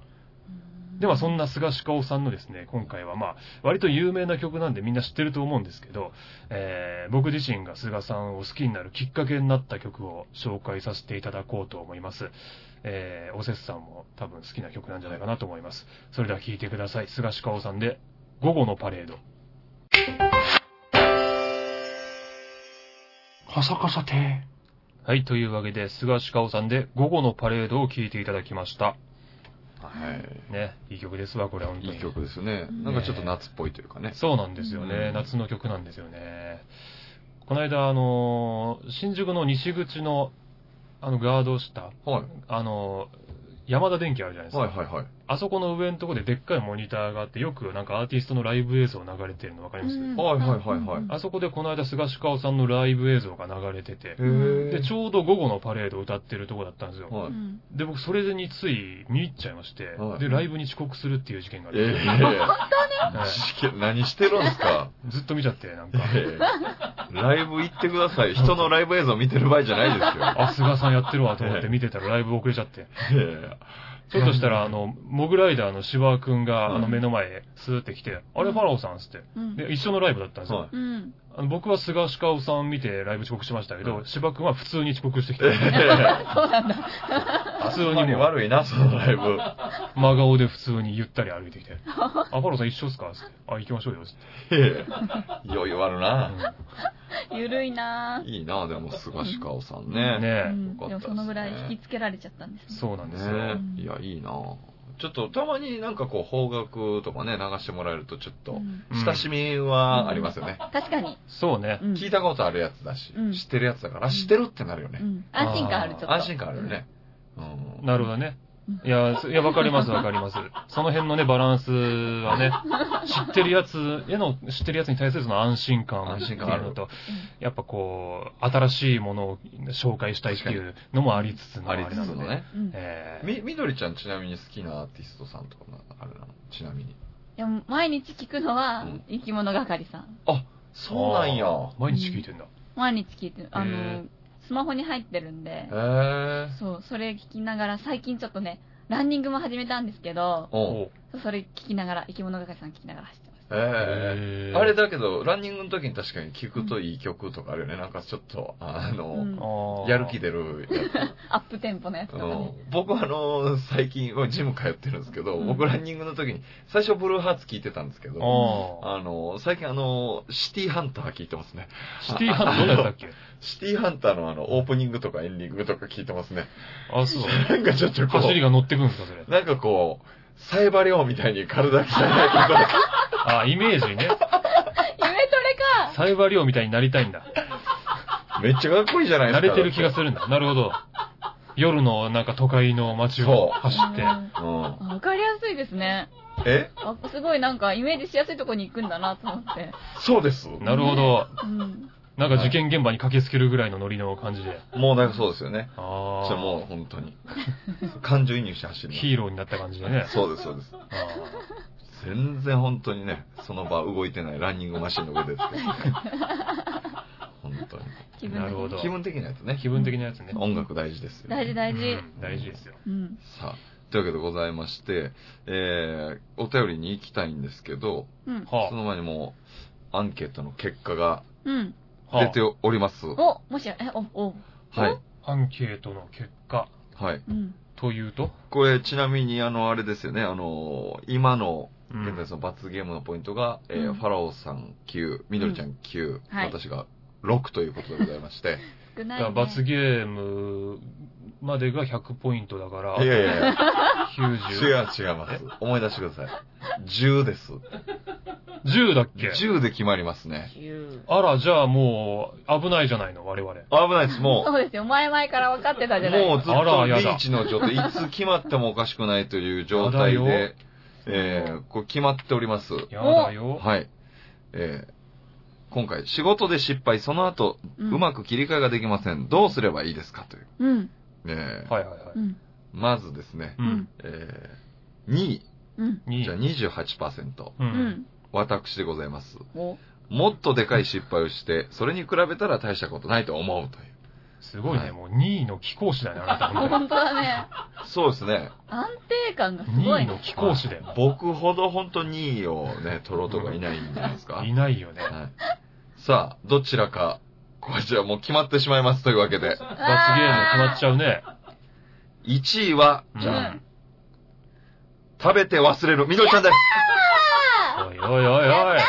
A: で、まあそんな菅鹿尾さんのですね、今回はまあ、割と有名な曲なんでみんな知ってると思うんですけど、えー僕自身が菅さんを好きになるきっかけになった曲を紹介させていただこうと思います。えーおせつさんも多分好きな曲なんじゃないかなと思います。それでは聴いてください。菅鹿尾さんで、午後のパレード。
D: カサカサ亭。
A: はい、というわけで、菅鹿尾さんで、午後のパレードを聴いていただきました。
B: はい。
A: ね、いい曲ですわ、これ、本当に。
B: いい曲ですね。なんかちょっと夏っぽいというかね。
A: そうなんですよね。
B: うん
A: 夏の曲なんですよね。この間、あのー新宿の西口の、あの、ガード下、
B: はい。
A: あのー山田電機あるじゃないですか。
B: はいはいはい。
A: あそこの上のとこででっかいモニターがあって、よくなんかアーティストのライブ映像流れてるの分かります、
C: うん
B: はいはいはいはい
C: うん
A: あそこでこの間、菅氏川さんのライブ映像が流れてて、
B: へえ。
A: で、ちょうど午後のパレードを歌ってるとこだったんですよ。
B: はい
C: うん
A: で、僕、それについ見入っちゃいまして、
B: はい
A: で、ライブに遅刻するっていう事件があっ
B: え
A: て、
B: え事件何してるんですか、
A: ずっと見ちゃって、なん
B: え
A: か、
B: えライブ行ってください。人のライブ映像見てる場合じゃないですよ。
A: あ、菅さんやってるわと思って見てたらライブ遅れち ゃって。
B: え
A: ちょっとしたら、あの、モグライダーの芝くんが、
B: はい
A: あの、目の前へスーって来て、あれ、ファラオさんっつって。
C: うん。
A: で、一緒のライブだったんですよ。
B: はい
C: うん。
A: あの僕は菅氏顔さんを見てライブ遅刻しましたけど、
B: はい
A: 芝くんは普通に遅刻してき
B: え
A: て、
C: そうなんだ。
A: 普通
B: 頭
A: に
B: に
A: も
B: 悪いな、そのライブ。
A: 真顔で普通にゆったり歩い てきて、あ、ファラオさん一緒っすかつって。あ、行きましょうよ、つって。
B: ええいよいよあるな。
C: ゆるいなぁ。
B: いいな、でも、菅氏顔さん
A: うん
B: ね。
A: ね
C: う
A: え、
C: ん
B: よかったですね
C: でもそのぐらい引きつけられちゃったんですね。
A: そうなんですよ。
B: ねえいや、いいな。ちょっと、たまになんかこう、邦楽とかね、流してもらえると、ちょっと
C: う、ん
A: うん
B: 親しみはありますよね。
C: 確かに。
A: そうね。
C: うん
B: 聞いたことあるやつだし、
C: うん
B: 知ってるやつだから、
C: うん
B: 知ってるってなるよね
C: う。ん安心感ある、ちょっと。
B: 安心感あるよね。うん。
A: なるほどね
C: うん。
A: いや、そいや、わかります、わかります。その辺のね、バランスはね、知ってるやつへの、知ってるやつに対するその安心感
B: 安心感ある
A: っていうのと、やっぱこう、新しいものを紹介したいっていうのもありつつの
B: ありつつ
A: な
B: の
A: ので。
B: ね。
C: うん。
A: えー
B: み、みどりちゃんちなみに好きなアーティストさんとかなあるなちなみに。
C: でも毎日聞くのは
B: うん、
C: 生き物係さん。
B: そうなんや。
A: 毎日聞いてんだ。
C: 毎日聞いてる。あ
A: へ
C: の
A: ー、
C: スマホに入ってるんで、
B: へえ。
C: そう、それ聞きながら、最近ちょっとね、ランニングも始めたんですけど、
B: おう
A: お
C: そうそれ聞きながら、生き物係さん聞きながら走ってます。
B: へえ。
A: へー
B: あれだけど、ランニングの時に確かに聞くといい曲とかあるよね。なんかちょっと、あ
C: う
B: の、
C: ん
A: あー
B: やる気出るやつ。
C: アップテンポのやつ
B: あ
C: とかね
B: の。僕はあの、最近、ジム通ってるんですけど、
C: うん
B: 僕ランニングの時に、最初ブルーハーツ聞いてたんですけ
A: あ
B: ど、
A: ー
B: あの、最近あの、シティハンター聞いてますね。
A: シティハンドどんなやつだっけ
B: シティハンターのあの、オープニングとかエンディングとか聞いてます ね。
A: あ、そう。
B: なんかちょっとこ
A: 走り
B: う、
A: が乗ってくんですか、それ。
B: なんかこう、サイバリオンみたいに体鍛え ないと
A: あー、イメージね。
C: 夢トレか
A: サイバーリオみたいになりたいんだ。
B: めっちゃかっこいいじゃないです
A: 慣
B: か。
A: れてる気がするんだ。なるほど。夜のなんか都会の街を走って。
C: うん
B: うん。
C: あわかりやすいですね。
B: え
C: あすごいなんかイメージしやすいとこに行くんだなと思って。
B: そうです。
A: なるほど。
C: うん。
A: なんか事件現場に駆けつけるぐらいのノリの感じで。
B: もうなんかそうですよね。
A: あ
B: それもう
A: あ。
B: 本当に。感情移入して走るの。
A: ヒーローになった感じでね。
B: そうです、そうです。
A: あ
B: 全然本当にね、その場動いてないランニングマシンの上 ですけど。本当に。
C: 気
A: ー
C: 分
A: な
C: 的
A: るほ
C: に
A: ど。
B: 気分的なやつね
A: 気。分的なやつね。
B: 音楽大事ですよ。
C: 大事大事。
A: うん大事ですよ。
C: うん。
B: さあ、というわけでございまして、えー、お便りに行きたいんですけど、
C: うん。
A: は
B: その前にもう、アンケートの結果が
C: うん。
A: あ。
B: 出
A: は
B: ております。は
C: お、もしや、え、お、お。
B: い。
A: あ。アンケートの結果
B: はい。
C: うん。
A: というと、
B: これ、ちなみに、あの、あれですよね、あの、今の
A: うん
B: 現在その罰ゲームのポイントが、えー
C: うん
B: ファラオさん9、みどりちゃん9、
C: はい
B: 私が6ということでございまして。
C: 少
A: だ
C: ない、
A: か
C: ね。
A: ら罰ゲームまでが100ポイントだから、
B: いやいやいや、 違
A: 90。
B: う違います。思い出してください。10です。
A: 10だっけ
B: 10で決まりますね。
D: 9。
A: あら、じゃあもう、危ないじゃないの、我々。
B: 危ないです、もう。
C: そうですよ。前々から分かってたじゃない
B: もうずっ
A: あ
B: と
A: らやだ
B: リーチの状態、いつ決まってもおかしくないという状態
A: やだよ
B: で、えー、こう決まっております。
A: やだよ。
B: はい。えー、今回、仕事で失敗、その後、
C: う
B: うんまく切り替えができません。どうすればいいですかという。
C: うん。
B: ねえ
A: はいはいはい。
C: うん。
B: まずですね
A: う、ん。
B: えー、2位、
C: うん。
A: 2
B: じゃあ。28%、
A: う。
C: うんん。
B: 私でございます。
C: お
B: もっとでかい失敗をして、それに比べたら大したことないと思うと いう。
A: すごい
B: はい
A: ね、もう2位の貴公子だよね、あなた本当に。
C: 本当だね。
B: そうですね。
C: 安定感がすご
A: 2
C: い
A: 位の
C: ね。
A: 貴公子だよ。
B: 僕ほど本当2位をね、取ろうとかいないんじゃないですか。
A: いないよね。
B: はいさあ、どちらか、こちらもう決まってしまいますというわけで、
A: 罰ゲーム決まっちゃうね。
B: 1位は、
A: う
B: じゃあ、
A: ん。
B: 食べて忘れる、みどりちゃんです。
A: おいおいおいおい。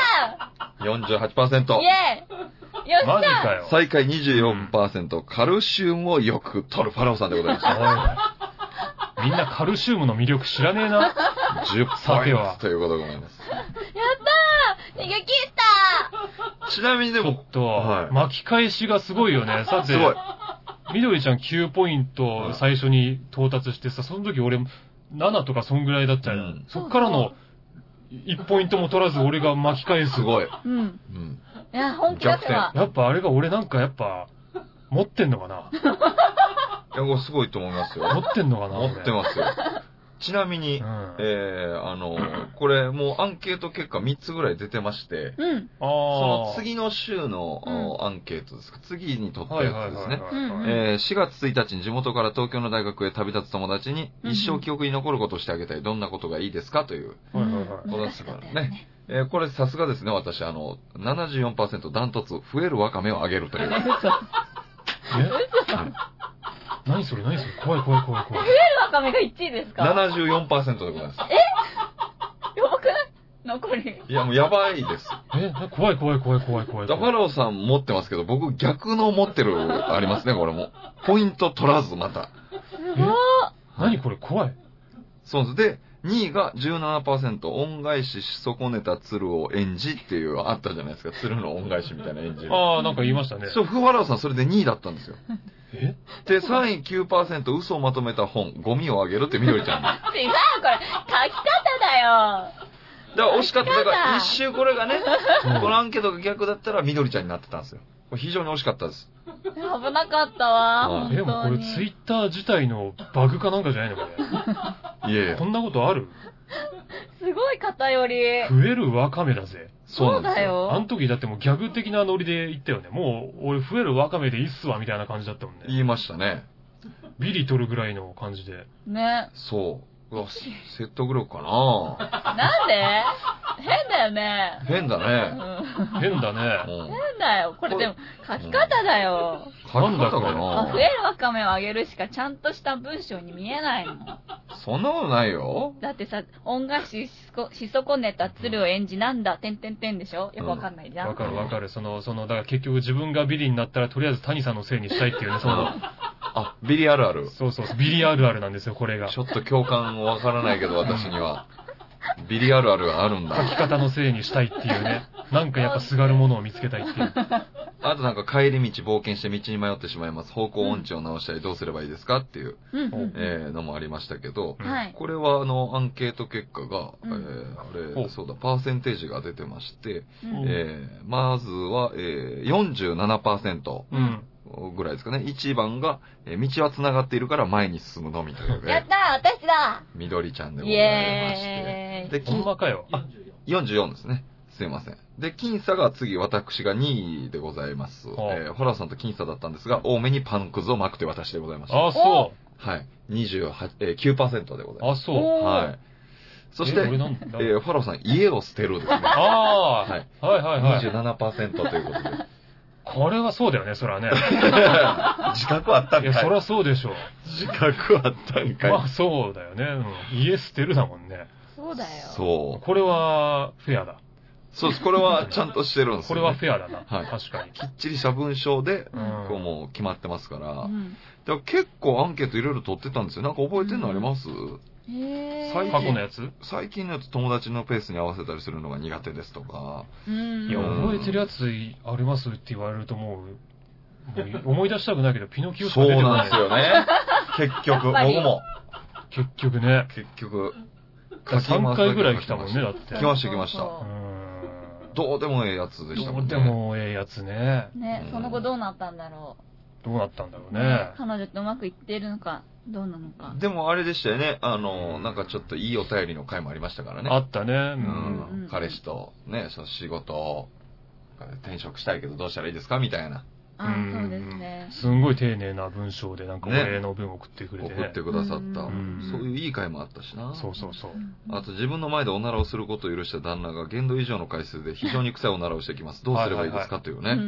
B: 48%
C: イ。ェーイよっしゃ
A: マジかよ。
B: 最下位24%、カルシウムをよく取るファラオさんでございまし
A: おいおいみんなカルシウムの魅力知らねえな。
B: た。10
A: さ
B: ポイ
A: て
B: ン
A: は
B: トということでございます。
C: 逃げ切った
B: ちなみにで
A: ちょ
B: も
A: っ、と、
B: はい
A: 巻き返しがすごいよね。さて、
B: すごい。
A: みどりちゃん9ポイント最初に到達してさ、その時俺7とかそんぐらいだったよ。
B: うん
A: そっからの1ポイントも取らず俺が巻き返す。
B: すごい。
C: うん。
B: うん。
C: いや、本気だったわ。
A: やっぱあれが俺なんかやっぱ、持ってんのかな
B: いや、これすごいと思います
A: 持
B: よ。
A: ってんのかな
B: 持ってますよ。ちなみに
A: う、ん。
B: えー、あの、これもうアンケート結果3つぐらい出てまして、
C: うん。
A: あ
B: その
A: ー
B: 次の週
C: う
B: のアンケートですか、次に取った
A: はいは
B: や
A: い
B: つで
A: は
B: す
A: い
B: ね。
A: はい。
C: うん
B: えー4月1日に地元から東京の大学へ旅立つ友達に、
C: うん
B: 一生記憶に残ることをしてあげたい、どんなことがいいですかという。
A: はいはいはい
B: この
C: 難しかったよね。
B: えーこれさすがですね、私、あの、74%ダントツ、増えるわかめをあげると いう。
A: え何それ何それ怖い怖い怖い怖い。
C: ワカメが1位ですかや
B: 74%でございます。
C: ばくない残り。
B: いや、もうやばいです。
A: えな怖い怖い怖い怖い怖い。
B: ダファローさん持ってますけど、僕逆の持ってる、ありますね、これも。ポイント取らず、また。
C: す
A: え
C: ごい。
A: 何これ怖い。
B: そうです。で、2位が17%、恩返しし損ねた鶴を演じっていう、あったじゃないですか。鶴の恩返しみたいな演じる。
A: ああ、なんか言いましたね。
B: そう、フワラオさんそれで2位だったんですよ。
A: え
B: で、3位9%、嘘をまとめた本、ゴミをあげるってみどりちゃんに。だか
C: 違う、これ。書き方だよ。
B: ら惜しかった。だか
C: やだ
B: ら一周これがね、こ
A: うん
B: のアンケートが逆だったらみどりちゃんになってたんですよ。これ非常に惜しかったです。
C: 危なかったわ、
B: うん
C: 本
A: え、もう
C: 当
A: これ
C: に。
A: ツイッター自体のバグかなんかじゃないのこれ。
B: いえいえ
A: こ。んなことある
C: すごい偏り。
A: 増えるワカメだぜ。
B: そ
C: そ
B: な
C: うう
B: んです
C: だ
B: よ。
A: あ
C: よ
A: の。時だってもうギャグ的なノリで言ったよね。もう俺増えるワカメでいいっすわみたいな感じだったもんね。
B: 言いましたね。
A: ビリ取るぐらいの感じで。
C: ね。
B: そう。うわ、説得力かな
C: なんで変だよね。
B: 変だ
C: う
B: ね。
C: ん
A: 変だ
B: うん。
A: ね。
C: 変だよ。これでも、書き方だよ。
B: 書き方か
C: あ
B: な
C: 増えるわかめをあげるしかちゃんとした文章に見えないもん。
B: そんなことないよ。
C: だってさ、恩返ししこし損ねた鶴を演じなんだ、てんてんてんでしょよくわかんないじゃん。
A: わかるわかる。その、その、だから結局自分がビリになったらとりあえず谷さんのせいにしたいっていうね、その、
B: あ、ビリあるある。
A: そうそうそう、ビリあるあるなんですよ、これが。
B: ちょっと共感わからないけど、私には。ビリあるあるがあるん
A: 書
B: だ。
A: き方のせいにしたいっていうね。なんかやっぱすがるものを見つけたい っていう。
B: あとなんか帰り道冒険して道に迷ってしまいます。方向音痴を直したりどうすればいいですかっていう、
C: うんうん
B: えーのもありましたけど、
A: ー
C: はい。
B: これはあの、アンケート結果が、え
C: うん
B: ーあ
A: ほ
B: れ、
A: う
B: そうだ、パーセンテージが出てまして、
C: うん
B: えーまずは、えー、47%
A: うん。
B: ぐらいですかね。1番が、えー道は繋がっているから前に進むのみという
C: やっ
B: ね、
C: たー私だ
B: 緑ちゃんでご
C: イ
B: ざいまして。
C: エーイ
B: で、
A: ほんまかよ。あ、
B: 44ですね。すいません。で、僅差が次、私が2位でございます。え
A: あ
B: ー、ホラーさんと僅差だったんですが、多めにパンくずを巻くという私でございました。
A: あそ
B: はい。28、えー、9%でご
A: う。
B: ざいま
A: あ、そう。
B: す。はい。そして、
A: え俺
B: え
A: なんだ
B: ー、ファローさん、家を捨てるですね。
A: あ
B: はい
A: あ、はいはいはい。
B: 27%ということ で。
A: これはそうだよね、そらね。
B: 自覚あったんか
A: いや、
B: い。
A: そらそうでしょう。
B: 自覚あったんかい。
A: まあそうだよね。うん、家捨てるだもんね。
C: そうそうだよ。
B: そう。
A: これは、フェアだ。
B: そうです。これはちゃんとしてるんです
A: こ
B: よ、
A: れ
B: ね。
A: はフェアだな。
B: はい
A: 確かに。
B: きっちりした文章で、
A: うん
B: こうもう決まってますから。だ
C: う
B: か
C: ん。
B: ら結構アンケートいろいろ取ってたんですよ。なんか覚えてるのあります、
C: へえ。
B: 最
A: 過去のやつ
B: 最近のやつ友達のペースに合わせたりするのが苦手ですとか。
C: うん。
A: いや、
B: うん
A: 覚えてるやつありますって言われるともう、もう思い出したくないけど、ピノキオしか出てこない。
B: よね。 結局、
C: っぱり
B: 僕も。
A: 結局ね。
B: 結局。
A: 3回ぐらい来たもんね、だっ
B: 書
A: て。
B: きました、書きまし
C: そ
B: た。
C: う
A: う
C: そ
A: ん。
B: どうでもええやつでした
A: ど
B: もん
A: う
B: ね。
A: でもええやつね。
C: うね
B: う、ん
C: その後どうなったんだろ
A: どうなったんだろう
C: う。
A: ね。
C: 彼女とうまくいってるのか、どうなのか。
B: でもあれでしたよね。あの、なんかちょっといいお便りの回もありましたからね。
A: あったね。
B: うん
A: う。
C: うんうん
B: ん。彼氏と、ね、その仕事を転職したいけどどうしたらいいですかみたいな。
C: ああ、そうですね。
A: すんごい丁寧な文章で、なんかお礼の文送ってくれて
B: 送
A: ね。
B: ってくださった。
A: うん
B: そういういい回もあったしな。
A: そうそうそう。
B: あと自分の前でおならをすることを許した旦那が限度以上の回数で非常に臭いおならをしてきます。どうすればいいですかという
C: う
B: ね。
C: ん。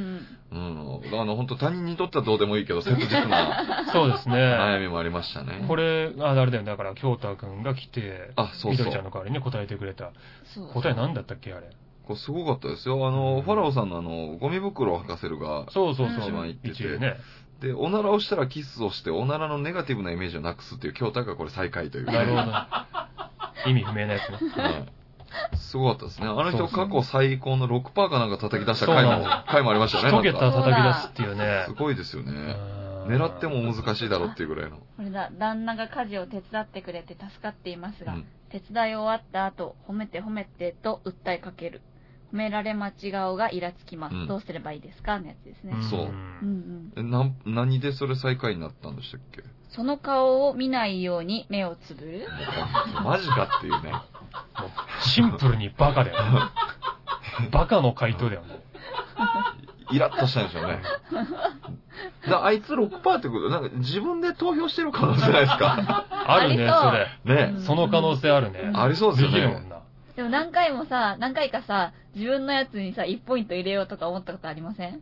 B: うん。あの、本当他人にとってはどうでもいいけど、切実な
A: そう ですね。
B: 悩みもありましたね。
A: これ、あ、あれだよね。だから、京太くんが来て、
B: あ、そう
A: みど
B: そ
A: りちゃん
B: う。
A: の代わりに答えてくれた。
C: そう。
A: 答え何だったっけあれ。
B: これすごかったですよ。あの、ファラオさんのあの、ゴミ袋を履かせるが、
A: そうそうそう。
B: 一番言ってて
A: 一位ね。
B: で、おならをしたらキスをして、おならのネガティブなイメージをなくすっていう筐体がこれ最下位という。
A: なるほど。意味不明なやつ ね。
B: はいすごかったですね。あの
A: そう
B: 人
A: そう
B: 過去最高の6%かなんか叩き出した回
A: そうなん
B: も
A: で、
B: 回もありましたよね。
A: 一
B: な
A: 桁
B: んか
A: 叩き出すっていうね
B: す。ごいですよね。
A: うん
B: 狙っても難しいだろうっていうぐらいの。
C: これだ、旦那が家事を手伝ってくれて助かっていますが、
B: うん
C: 手伝い終わった後、褒めて褒めてと訴えかける。褒められ間違おうがイラつきます。
B: うん
C: どうすればいいですかのやつですね。
B: そう
C: うんんうん
B: え、なん、何でそれ最下位になったんでしたっけ
C: その顔を見ないように目をつぶる
B: マジかっていうね。
A: シンプルにバ カだよね。バカの回答だよね。
B: イラッとしたんでしょうね。だあいつ6%ってこと、なんか自分で投票してる可能性ないですか
A: あるね、そ
C: あ
A: れ。
B: ね
C: うん
A: その可能性あるね。
B: ありそうですよね
A: できるもんな。
C: でも何回もさ、何回かさ、自分のやつにさ、1ポイント入れようとか思ったことありません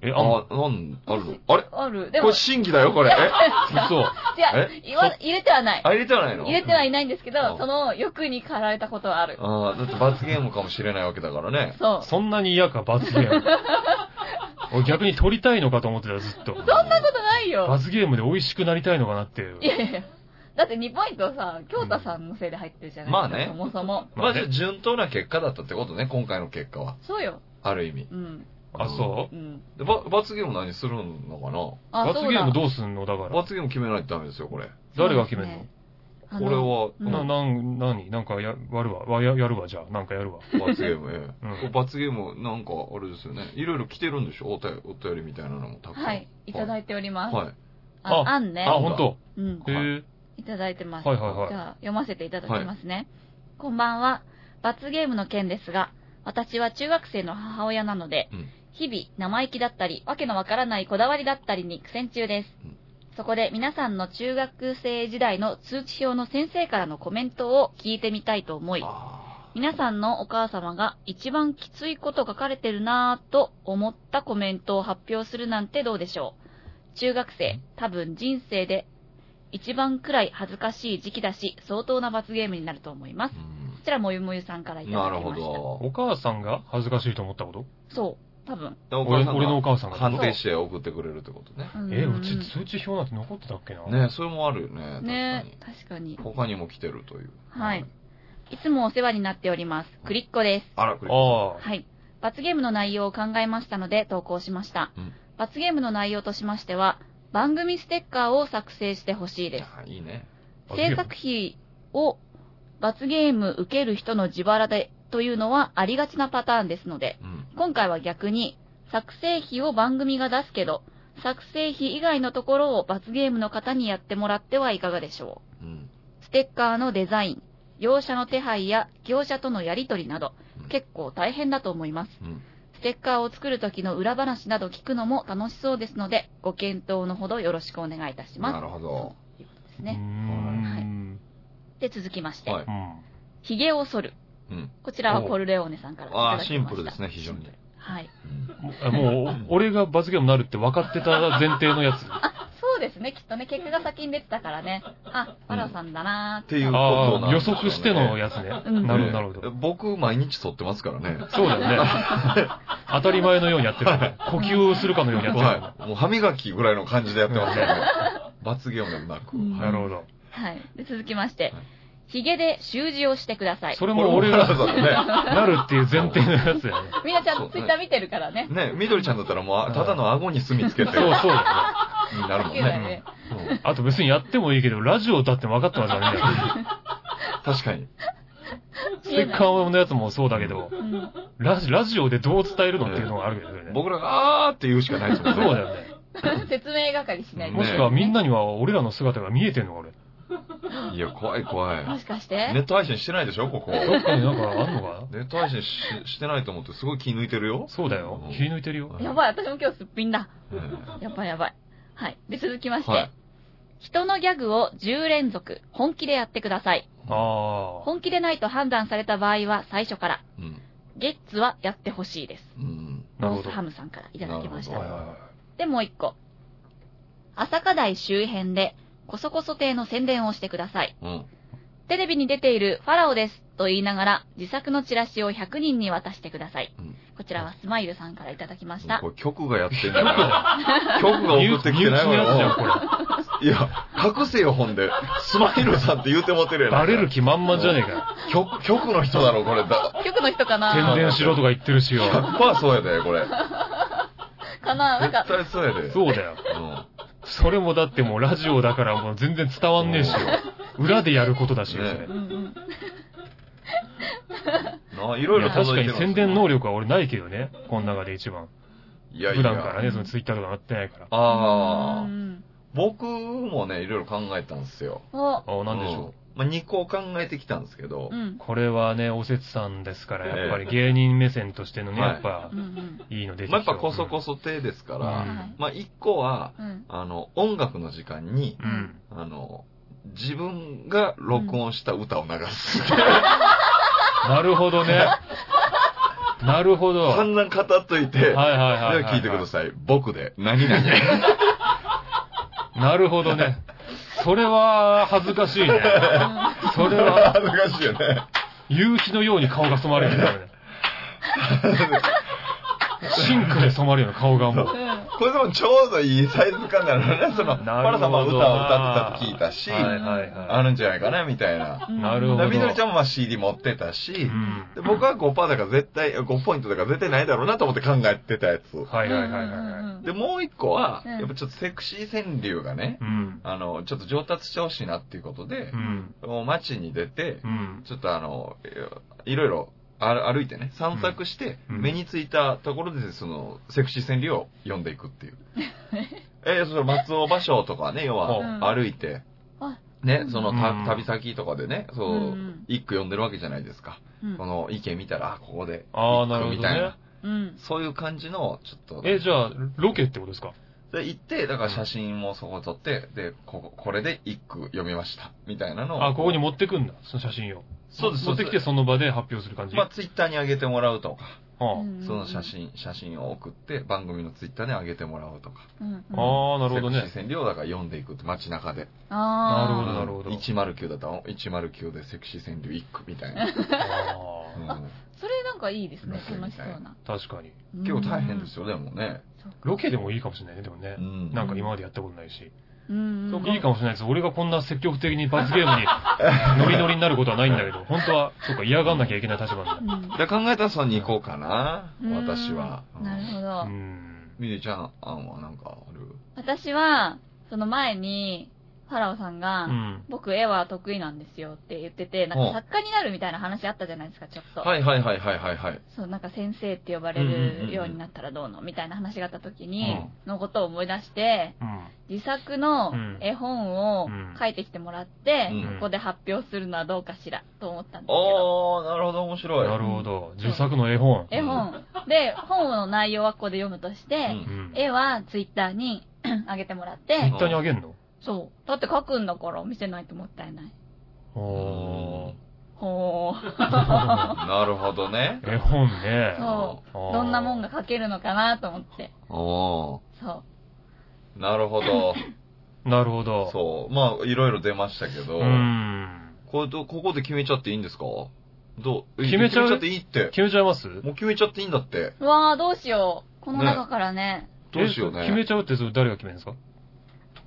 A: え、あん
B: あ、なん、あるのあれ
C: ある。で
B: こ
C: も、違
B: れ新規だよ、これ。 え
A: そう。
C: う、
B: え
C: 言わ入れてはない。
B: あ、入れてはないの
C: 入れてはいないんですけど
B: あ、
C: その欲に駆られたことはある。
B: ああ、だって罰ゲームかもしれないわけだからね。
C: そう。
A: そんなに嫌か、罰 ゲーム。俺逆に取りたいのかと思ってた、ずっと。
B: そんな
C: そんなことないよ。
A: 罰ゲームで美味しくなりたいのかなっていう
C: い。やいやだって2ポイントさ、京太さんのせいで入ってるじゃないですか。
B: まあね
C: そもそも。
B: まあ、じゃあ順当な結果だったってことね、今回の結果は。
C: そうよ。
B: ある意味。
C: うん。。
A: あ、そううん
B: でば罰ゲーム何するの
C: あ、
A: 罰
C: そう
A: ゲーム
C: だ。
A: どうすんのだ
B: かな
A: から。
B: 罰ゲーム決めないとダメですよ、これ。
A: 誰が決めんの
C: あ
B: こ
C: の
B: れは、
C: うん
A: な、なん、なになんかや、やるわ。わや、やるわ、じゃあ。なんかやるわ。
B: 罰ゲーム、ええ
A: うん
B: これ罰ゲーム、なんか、あれですよね。いろいろ来てるんでしょお便お便りみたいなのもたくさん。
C: はい。いただいております。
B: はい。
C: あ、
A: あ
C: あんね
A: あ、。ほんと。
C: うん。
A: へ
B: はい
A: え。
C: いただいてます。
A: はいはいはい
C: じ。ゃあ、読ませていただきますね。こんばんは。罰ゲームの件ですが、私は中学生の母親なので、
B: うん
C: 日々生意気だったり、わけのわからないこだわりだったりに苦戦中です。
B: うん
C: そこで皆さんの中学生時代の通知表の先生からのコメントを聞いてみたいと思い、
B: あ
C: 皆さんのお母様が一番きついこと書かれてるなぁと思ったコメントを発表するなんてどうでしょう。中学生、多分人生で一番くらい恥ずかしい時期だし、相当な罰ゲームになると思います。
B: ー
C: こ
B: う
C: ちらもゆもゆさんからい
B: ん
C: た
B: な
C: だ
B: る
C: き
B: ほ
C: ました。
B: ど。
A: お母さんが恥ずかしいと思ったこと
C: そう、多分。
B: お
A: 俺俺のお
B: お
A: 母さん
B: 母
A: が。
B: さんが判定して送ってくれるってことね。
A: え、
C: ん
A: うち通知表なんて残ってたっけな。
B: ねそれもあるよね。確かに。
C: ね確かに。
B: 他にも来てるという。
C: はい。いつもお世話になっております。クリッコです。
B: あら、これ。
A: ああ。
C: はい。罰ゲームの内容を考えましたので投稿しました。
B: うん
C: 罰ゲームの内容としましては、番組ステッカーを作成してほしいです。
B: あいいね。
C: 制作費を罰ゲーム受ける人の自腹でというのはありがちなパターンですので、
B: うん。
C: 今回は逆に、作成費を番組が出すけど、作成費以外のところを罰ゲームの方にやってもらってはいかがでしょう。
B: うん。
C: ステッカーのデザイン、業者の手配や業者とのやり取りなど
B: うん、
C: 結構大変だと思います。
B: うん。
C: ステッカーを作る時の裏話など聞くのも楽しそうですので、ご検討のほどよろしくお願いいたし
B: な
C: ま
B: るほど。
C: す。ということです
A: うー
C: ね。
A: ん。
C: で、続きまして、
B: はい。
A: うん。
C: ヒゲを剃る。
B: うん。
C: こちらはポルレオーネさんからいた
B: ああ、
C: だきました。
B: シンプルですね、非常に。
C: はい。
B: うん
A: もう、俺が罰ゲームになるって分かってた前提のやつ。
C: あ、そそうですね、きっとね、結果が先に出てたからね。あ、ファラオさんだなー
B: っていうこと
A: あ
B: な
A: あ、
B: ん
A: 予
B: でしょうね
A: 測してのやつね。
C: うん
A: なるほど、なるほど。
B: 僕、毎日撮ってますからね。
A: そうだよね。 当たり前のようにやってるよね。呼吸をするかのようにやってるよね。
B: はい。もう歯磨きぐらいの感じでやってます からね。罰ゲームでもなく。
C: うん
B: はい
A: なるほど。
C: はい。で続きまして
B: はい、
C: ヒゲで習字をしてください。
A: それも俺
B: これも
A: が
B: 原田さん
A: なるっていう前提のやつやね。
C: みんなちゃん
B: そう
C: とツイッター見てるからね。
B: ね。ね、緑ちゃんだったらもう、ただの顎に墨つけ
A: そ
B: て、
A: うそうだよね。
B: になるもん
C: だけだよ
B: ね。
C: ね。
B: うん
A: あと別にやってもいいけど、ラジオだって分かってますからね。
B: 確かに。
A: ステッカーのやつもそうだけど、
C: うん
A: ラジラジオでどう伝えるのっていうのがあるけどね。
B: 僕らが、あーって言うしかないですも
A: そ
B: ん
A: う
B: ね。
A: だよね。
C: 説明係しないと
A: もしくはみんなには俺らの姿が見えてんのか、俺。
B: いや、怖い怖い。
C: もしかして
B: ネット配信してないでしょ、ここ。
A: どっかになんかあんのか
B: ネット配信ししてないと思って、すごい気抜いてるよ。
A: そうだよ
B: う。ん
A: 切り抜いてるよ。
B: は
C: やばい、私も今日すっぴんだ。
B: ね
C: やばいやばい。はい。で、続きまして、
B: はい
C: 人のギャグを10連続、本気でやってください。
A: ああ。
C: 本気でないと判断された場合は最初から。
B: うん。
C: ゲッツはやってほしいです。
B: うん。
A: な
C: ノ
A: るほ
C: ース
A: ど。
C: ハムさんからいただきまし
B: な
C: た
B: るほ。ど
C: で、もう一個。朝課題周辺で、こそこそ亭の宣伝をしてください。
B: うん。
C: テレビに出ているファラオですと言いながら、自作のチラシを100人に渡してください。
B: うん
C: こちらはスマイルさんからいただきました。
B: これ曲がやってんだよ。曲が
A: 身
B: 送っ
A: 内
B: てきてない
A: のやつじゃん、こ
B: わ
A: れ。
B: いや、隠せよ、ほんで。スマイルさんって言うてもてるやん。
A: バレる気満々じゃねえ か
B: 曲、曲の人だろ、これ。だ
C: 局の人か
A: よ。宣
C: な
A: 伝しろとか言ってるしよ。
B: 100%そうやで、これ。
C: かななんか
B: 絶、対そうやで。。
A: そううだよ。
B: ん。
A: それもだってもうラジオだからもう全然伝わんねえしよ。裏でやることだしよ、それ
B: ね
C: うんうん。
B: なあ、いろい
A: い
B: ろ
A: や確
B: 届
A: か
B: いて
A: に
B: ますね
A: 宣伝能力は俺ないけどね。この中で一番。
B: いやいや。
A: 普段からね、そのツイッターとかやってないから。
B: あ
C: う
B: あ。
C: ん
B: 僕もね、いろいろ考えたんですよ。
C: お、
A: あ、なんでしょ
B: うんまあ、2個考えてきたんですけど
C: う、ん
A: う。。これはね、おせつさんですから、やっぱり
B: え
A: 芸人目線としてのね、
B: はい
A: やっぱ
C: う、んうん。
A: いいの出てき
B: まあ、や
A: た
B: っぱこそこそ手ですか
A: うん
B: ら、
C: はい
B: まあ、1個は、
C: うん。
B: あの、音楽の時間に、
A: うん。
B: あの、自分が録音した歌を流す。
A: なるほどね。なるほど。は
B: 散
A: い
B: 々語っといて、
A: はい
B: で
A: はいは。
B: はい聞いてください。僕で、何々。
A: なるほどね。それは恥ずかしいね。それは
B: 恥ずかしいよね。
A: 夕日のように顔が染まる よね。シンクで染まるような顔がもう。
B: これでもちょうどいいサイズ感なの ね。その、
A: な
B: パラ
A: るほど
B: さんも歌を歌ってたって聞いたし、
A: はいはい
B: あ
A: は
B: るんじゃないかな、みたいな。
A: い。なる
B: だ
A: ほ
B: か
A: ど。
B: らみどりちゃんもまあ CD 持ってたし、
A: うん。
B: で僕は5%だから絶対、5ポイントだから絶対ないだろうなと思って考えてたやつ。
A: はいはいはいはい
C: うんう
A: はい。
C: んうん
B: で、もう一個は、
C: うん
B: やっぱちょっとセクシー川柳がね
A: う、ん。
B: あの、ちょっと上達してほしいなっていうことで
A: う、ん。
B: もう街に出て
A: う、ん。
B: ちょっとあの、いろいろあ歩いてね、散策して、
A: うん
B: 目についたところで、その、セクシー川柳を読んでいくって いう。えー、その松尾芭蕉とかね、要
A: う
B: は
C: ん
B: 歩いて
C: あ、、
B: ね、そのた
A: うん
B: 旅先とかでね、そううん一句読んでるわけじゃないですか。
C: うん
B: この意見見たら、あここで、
A: ああ、なるほど
B: みたい
A: ね
B: な。。
C: うん。
B: そういう感じの、ちょっと。
A: え、じゃあ、ロケってことですか
B: で、行って、だから写真もそこ撮って、で、ここ、これで一句読みました。みたいなのを。
A: あ、ここに持ってくんだ、その写真を。
B: そうです、そう
A: 持っ
B: で
A: て
B: す
A: きてその場で発表する感じ。
B: まあ、ツイッターに上げてもらうとか。
A: は
B: その写。真、写真を送って、番組のツイッターに上げてもらうとか。
C: うんうん。
A: あ。ああ、な
B: セ
A: るほど
B: ク
A: ね。
B: シー占領だから読んでいくって街中で。
A: なるほど
C: あ
A: なるほど
B: 109だったら、109でセクシー占領1句みたい な。
A: あ
B: う
A: ー
B: ん
C: ーそれなんかいいですね。
B: ロケみ
C: 楽したそ
B: いうな
C: な。。
A: 確かに。
B: 結構大変ですすよ、でもね。
A: ロケでもいいかもしれないね、でもね
B: う。ん。
A: なんか今までやったことないし。
C: うんうん。
A: いいかもしれないです。俺がこんな積極的に罰ゲー ムにノリノリになることはないんだけど、本当は、そうか、嫌がんなきゃいけない立場なんだ。
C: うん
B: で考えたらその2個かな、私は。
C: うんなるほ
A: う
C: ど。
A: ん。
B: みりちゃん、あんはなんかある
C: 私は、その前に、ファラオさん
A: う
C: が、
A: ん。
C: 僕絵は得意なんですよって言ってて、なんか作家になるみたいな話あったじゃないですか、ちょっと。
B: はいはいはいはいはいはい。
C: そう、なんか先生って呼ばれ
A: うんうんうんう
C: る
B: ん
C: ようになったらどうのみたいな話があった時に、のことを思い出して、
A: うん。
C: 自作の
A: うん
C: 絵本を
A: うん
C: 書いてきてもらって、
B: うん
C: ここで発表するのはどうかしらと思ったんですけど。
B: おー、なるほど、面白い。
A: なるほど。自作の絵本。
C: 絵本。で、本の内容はここで読むとして、
B: うん
A: うん。
C: 絵はツイッターに上げてもらっ
A: ツイ
C: て
A: ッ、ターにあげんの
C: そう。だって書くんだから見せないともったいない。
A: お
C: ほー。
A: ー。
B: なるほどね。
A: 絵本ね。
C: そ
A: あー
C: う。どんなもんが書けるのかなと思って。
B: お
C: そ
B: ー、なるほど。
A: なるほど。
B: そう。まあ、いろいろ出ましたけど、
A: うん。
B: これと、ここで決めちゃっていいんですかどう
A: 決めち
B: 決
A: ゃう
B: めちゃっていいって。
A: 決めちゃいます
B: もう決めちゃっていいんだって。
C: うわー、どうしよう。この中からね。
B: どうしよう
A: え決め
B: ね。
A: ちゃうってそれ誰が決めるんですか、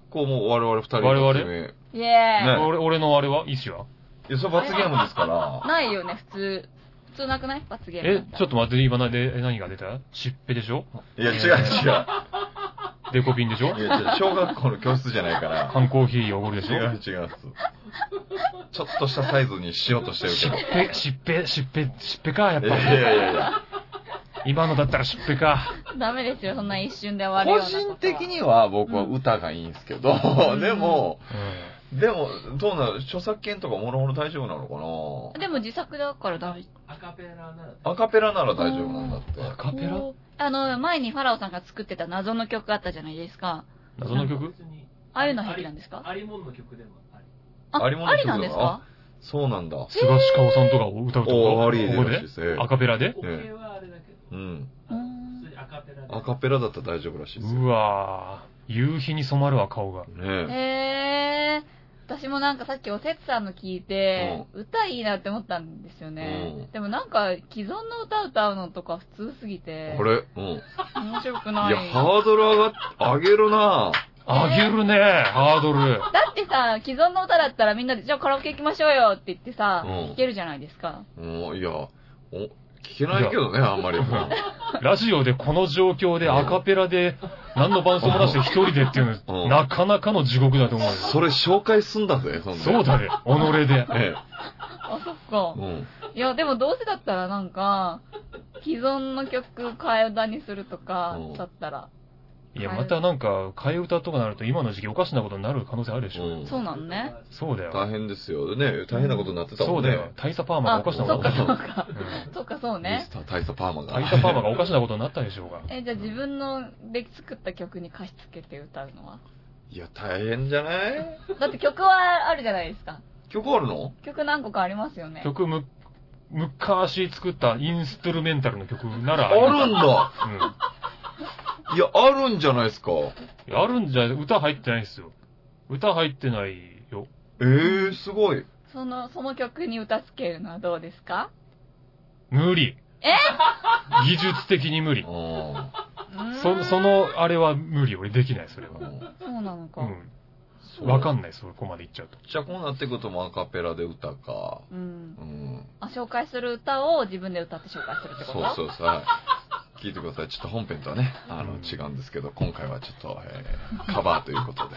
B: こうもう我々二人
A: 我々
B: が決め。
C: イエーイ。
B: ね
A: 俺俺のあれは意思はい
B: や、それ罰ゲームですから。
C: ないよね、普通。普通なくない罰ゲーム。
A: え、ちょっと待って、今なで、え何が出たしっぺでしょ
B: いや、違う違う。
A: デコピンでしょ
B: いや、違う。小学校の教室じゃないから。
A: 缶コーヒーおごるでし
B: 違
A: ょ
B: う違う。ちょっとしたサイズにしようとしてるけ
A: しっ
B: ど。
A: ぺ、しっぺ、しっぺ、しっぺか、や っ
B: いやい
A: ぱ。
B: やいやいや。
A: 今のだったらしっぺか。
C: ダメですよ、そんな一瞬で終わ
B: 個
C: るようなこと
B: 人
C: は。
B: 的には僕は歌がいいんですけど、でも、
A: う
B: でも、どうなの著作権とかもろもろ大丈夫なの
C: でも自作だから大丈
D: アカペラなら
B: かなアカペラなら大丈夫なんだって。
A: ん。アカ
C: 夫。
A: ペラ
C: おーあの、前にファラオさんが作ってた謎の曲あったじゃないですか。
A: 謎の曲
D: 別に
C: ああいうの平気なんですか
D: ありもんの曲でもあり。
C: あ、
B: あ
C: あ
B: り
C: り
B: もの曲だな
C: なんですか
B: そうなんだ。
A: 菅氏かおさんとかを歌うってこと
B: おー
A: こ
B: ありでら
A: こ
B: しい
A: で
B: ですね。
A: アカペラで
D: オケはあれだけ
B: う
D: ど、
B: ん。
D: あの
C: うん
D: 普通にアカペラで。
B: アカペラだったら大丈夫らしいですよ。
A: うわぁ。夕日に染まるわ、顔
B: ね
A: が。
C: へえ。私もなんかさっきおせつさんの聞いて、歌いいなって思ったんですよね。
B: うん
C: でもなんか既存の歌歌うのとか普通すぎて、
B: これ、うん。い
C: 面白くない
B: や、ハードル上がっ、上げるな
A: あげるねハードル。
C: だってさ、既存の歌だったらみんなでじゃあカラオケ行きましょうよって言ってさ、
B: うん
C: 弾けるじゃないですか。
B: もう、いや、お、聞けないけどね、あんまり。う
A: ラジオでこの状況でアカペラで何の伴奏もなしで一人でっていう
B: う
A: の、
B: ん
A: なかなかの地獄だと思うよ
B: ん。それ紹介すんだぜ、そんな。
A: そうだね。己で。
B: え
C: あ、そっ
B: え。
C: か
B: う。ん。
C: いや、でもどうせだったらなんか、既存の曲替え歌にするとか
B: うん、
C: だったら。
A: いや、またなんか、替え歌とかなると今の時期おかしなことになる可能性あるでしょ。
B: うん
C: そうなのね。
A: そうだよ。
B: 大変ですよ。ね、大変なことになってた
A: そ
B: も
A: うんだ
B: ね。
A: よ。大佐パーマが
C: あ
A: おか、しなこ
C: そ
A: と
C: っ
A: にな
C: か
A: っ
C: そ
A: た。
C: っか。そっかそう
B: ミ
C: ね
B: ス。ター大佐パーマが。
A: 大佐パーマがおかしなことになったでしょうが。
C: え、じゃあ自分ので作った曲に歌詞つけて歌うのはい
B: や、大変じゃない
C: だって曲はあるじゃないですか。
B: 曲あるの
C: 曲何個かありますよね。
A: 曲む、昔作ったインストゥルメンタルの曲な
B: あ
A: ら
B: るん
A: ん
B: だいや、あるんじゃないですか。
A: うん。あるんじゃない歌入ってないですよ。歌入ってないよ。
B: ええ、すごい。
C: その、その曲に歌つけるのはどうですか
A: 無理。技術的に無理。
B: うん
A: そ、そ、の、あれは無理。俺できない、それは。
B: うん
C: うーんそうなのか。
A: うん。わかんない、そこまでいっちゃうと。
B: じゃあこうなってくるともうアカペラで歌か。
C: うん。
B: うん。
C: あ、紹介する歌を自分で歌って紹介するってこ
B: そ
C: と
B: うそうそう。はい聞いてください。ちょっと本編とはね、あの、
A: うん
B: 違うんですけど、今回はちょっと、えーカバーということで。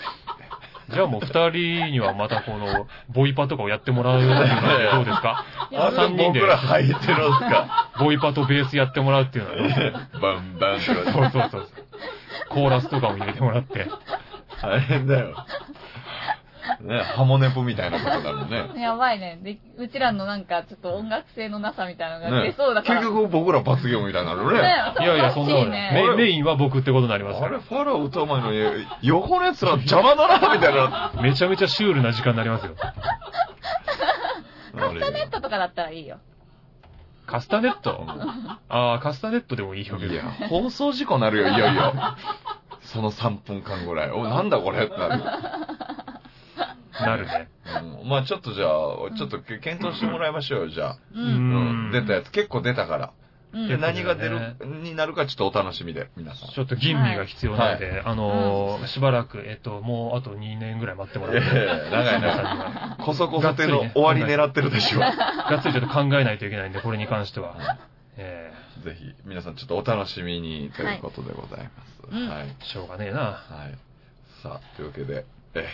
A: じゃあもう二人にはまたこの、ボイパとかをやってもらうっていうのはどうですか
C: いや
A: あ三人で
B: 僕ら入ってるんすか
A: ボイパとベースやってもらうっていうのはどうですか
B: バンバンと
A: そう
B: か。
A: そうそう。コーラスとかも入れてもらって。
B: 大変だよ。ね、ハモネプみたいなことだもんね。
C: やばいね。で、うちらのなんか、ちょっと音楽性のなさみたいなのが
B: ね
C: 出そうだから。
B: 結局僕ら罰ゲームみたいになる
C: ね、
B: ね。
A: いやいや、そんなこと
C: ね
A: な
B: ね
A: いメインメインは僕ってことになります
B: あ
A: か
B: れ、
A: ら。
B: ファラー歌う前のに、横のやつら邪魔だな、みたいな。
A: めちゃめちゃシュールな時間になりますよ。
C: カスタネットとかだったらいいよ。
A: カスタネ ットああ、カスタネットでもいい表
B: い
A: 現
B: や、放送事故なるよ、いよいよ。その3分間ぐらい。お、なんだこれってな
A: なるね。
B: る。うん、まあちょっとじゃあ、ちょっとけ検討してもらいましょうよ、じゃあ。
C: う。
A: うん
B: うん、出たやつ、結構出たから。
C: うん。
B: で
A: 結構
B: 何が出る、になるかちょっとお楽しみで、皆さん。
A: ちょっと吟味が必要なので、あのーしばらく、えっと、もうあと2年ぐらい待ってもら
B: いや
A: って、
B: いや長い
A: 皆さん
B: な。
A: には、
B: こそこそての終わり狙ってるでしょ。
A: がっつりちょっと考えないといけないんで、これに関しては。え
B: ぜひ、皆さんちょっとお楽しみにということでございます。
C: はいうん
B: はい
A: ー、しょうがねえな。
B: はい。さあ、というわけで、えー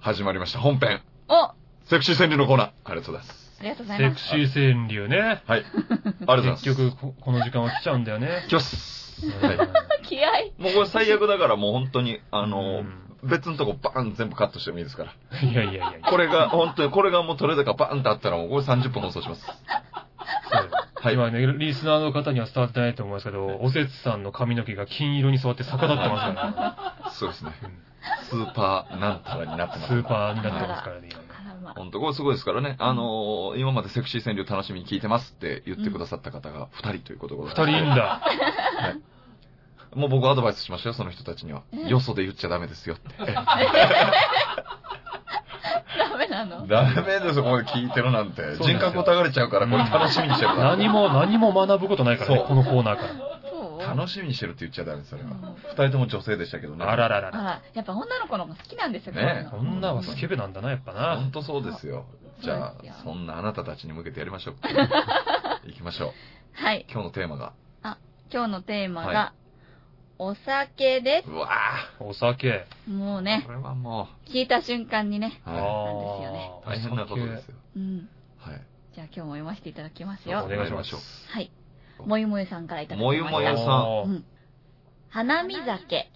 B: 始まりました。本編。
C: おあ
B: セクシー川柳のコーナー。ありがとうございます。
C: りがとうござい
A: セ
C: ま
A: ク
C: す。
A: シー川柳ね。
B: はい。ありがとうございます。
A: 結局、ここの時間は来ちゃうんだよね。
B: きます。はい。
C: 気合い。
B: もうこれ最悪だからもう本当に、あの、
A: うん
B: 別のとこバーン全部カットしてもいいです から。
A: いやいやいやいや。
B: これが、本当に、これがもう取れたかバーンってあったらもうこれ30分放送します。
A: そう
B: はい
A: 今ね、リスナーの方には伝わってないと思いますけど、おせつさんの髪の毛が金色に染まって逆立ってますか
B: そうですね。
A: ら、
B: スーパーなんたらになってます。
A: スーパーになってますからね、今ね
C: あらま。
B: 本当これすごいですからね。あの今までセクシー川柳楽しみに聞いてますって言ってくださった方が2人ということでございます。
A: 二人いんだ。
B: もう僕アドバイスしましたよ、その人たちには。よそで言っちゃダメですよって。
C: ダメなの
B: ダメですよ、これ聞いてるなんて。人格疑われちゃうから、これ楽しみにしてるから。
A: 何も、何も学ぶことないから
B: そ
A: ね
B: う、
A: このコーナーか
C: そう
B: 楽しみにしてるって言っちゃダメです、それは。
C: うん
B: 二人とも女性でしたけどね。
A: ら。あららら
C: あ
A: ら。
C: ら、やっぱ女の子の方が好きなんですよ、
B: ね
C: こういうの
A: 女はスケベなんだな、やっぱ
B: 本
A: な。
B: 当そうですよ。じゃ
C: そうですよ
B: あ、そんなあなたたちに向けてやりま しょう。行きましょう。
C: はい。
B: 今日のテーマが。
C: 今日のテーマが、
B: は
C: お酒で
B: うわ
A: お酒。
C: す。もう
B: ぁ、
C: ね、
B: これはも
C: 聞いた瞬間にね、
B: う、
A: あ
B: は
A: ー
C: なんですよね
B: い、大変なことですよ。
C: うん。
B: はい。
C: じゃあ今日も読ませていただきます
A: お酒
C: よ。
A: お願いしましょう。
C: はい。もゆもゆさんからいただきま
B: も
C: し
B: ゆ
C: た。
B: もゆさん。
A: おー
C: 花見酒、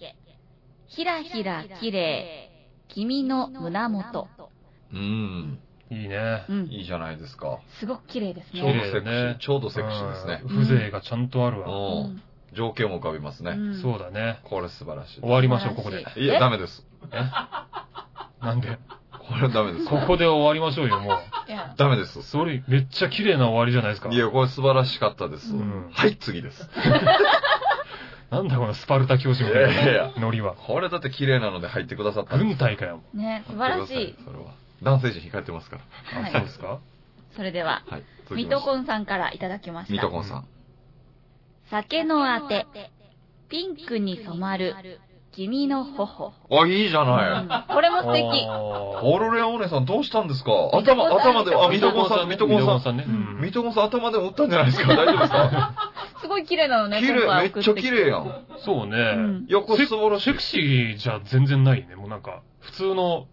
C: ひらひらきれい、君の胸元。
B: うーん。
A: いいね。
C: うん。
B: いいじゃないですか。
C: すごく綺麗です
B: ち
A: 綺
B: ょうどセク
C: ね。
A: 麗
B: シー。
A: ね
B: ちょうどセクシーですね
A: う。ん風情がちゃんとあるわ。
C: う
B: うん。情景も浮かびますね。
C: ん
A: そうだね。
B: これ素晴らしい。
A: 終わりましょう、ここで
C: 素晴。らし
B: いや、ダメです。
A: なんで
B: これダメです。
A: ここで終わりましょうよ、も
C: いや
B: ダメです
A: う。。それ、めっちゃ綺麗な終わりじゃないですか。
B: いや、これ素晴らしかったです。
A: うん
B: はい、次です。
A: なんだこのスパルタ教師みた
B: いやい
A: い
B: や
A: なノリは。
B: これだって綺麗なので入ってくださったんで
A: 軍
B: す。
A: 隊かよ。
C: ね、素晴らし
B: 入って
C: い
B: く。ださそれは。男性陣控えてますから。
C: は
A: あ、
C: い
A: そうですか
C: それでは、
B: はい。続き
C: ミ
B: ま
C: ト
B: して
C: コンさんからいただきまし
B: ミ
C: た
B: ト。コンさん。
C: 酒のあて、ピンクに染まる、君の頬。
B: あ、いいじゃ
C: う
B: ない。
C: んこれも素敵。
A: お
B: オ
A: ー
B: ルレアお姉さんどうしたんですか
C: ミトコン
B: 頭、
C: さん
B: 頭で、あ、ミトコンさん、ミ
A: 水
B: ト
A: 戸
B: コ
A: 黄
B: ン
A: 門
B: さ
A: さんね。
C: う
A: うん
B: ん。
A: ん
B: ミトコンさん頭で折ったんじゃないですか大丈夫です か
C: すごい綺麗なのね、
B: 綺
C: 今
B: 麗、め
C: 回
B: っ
C: 送
B: ちゃ
C: てき
B: 綺
C: て
B: 麗やん。
A: そ
C: う
A: うね
C: ん。
B: 横素晴らし
A: セ
B: い
A: ク。シーじゃ全然ないね。もうなんか、普通の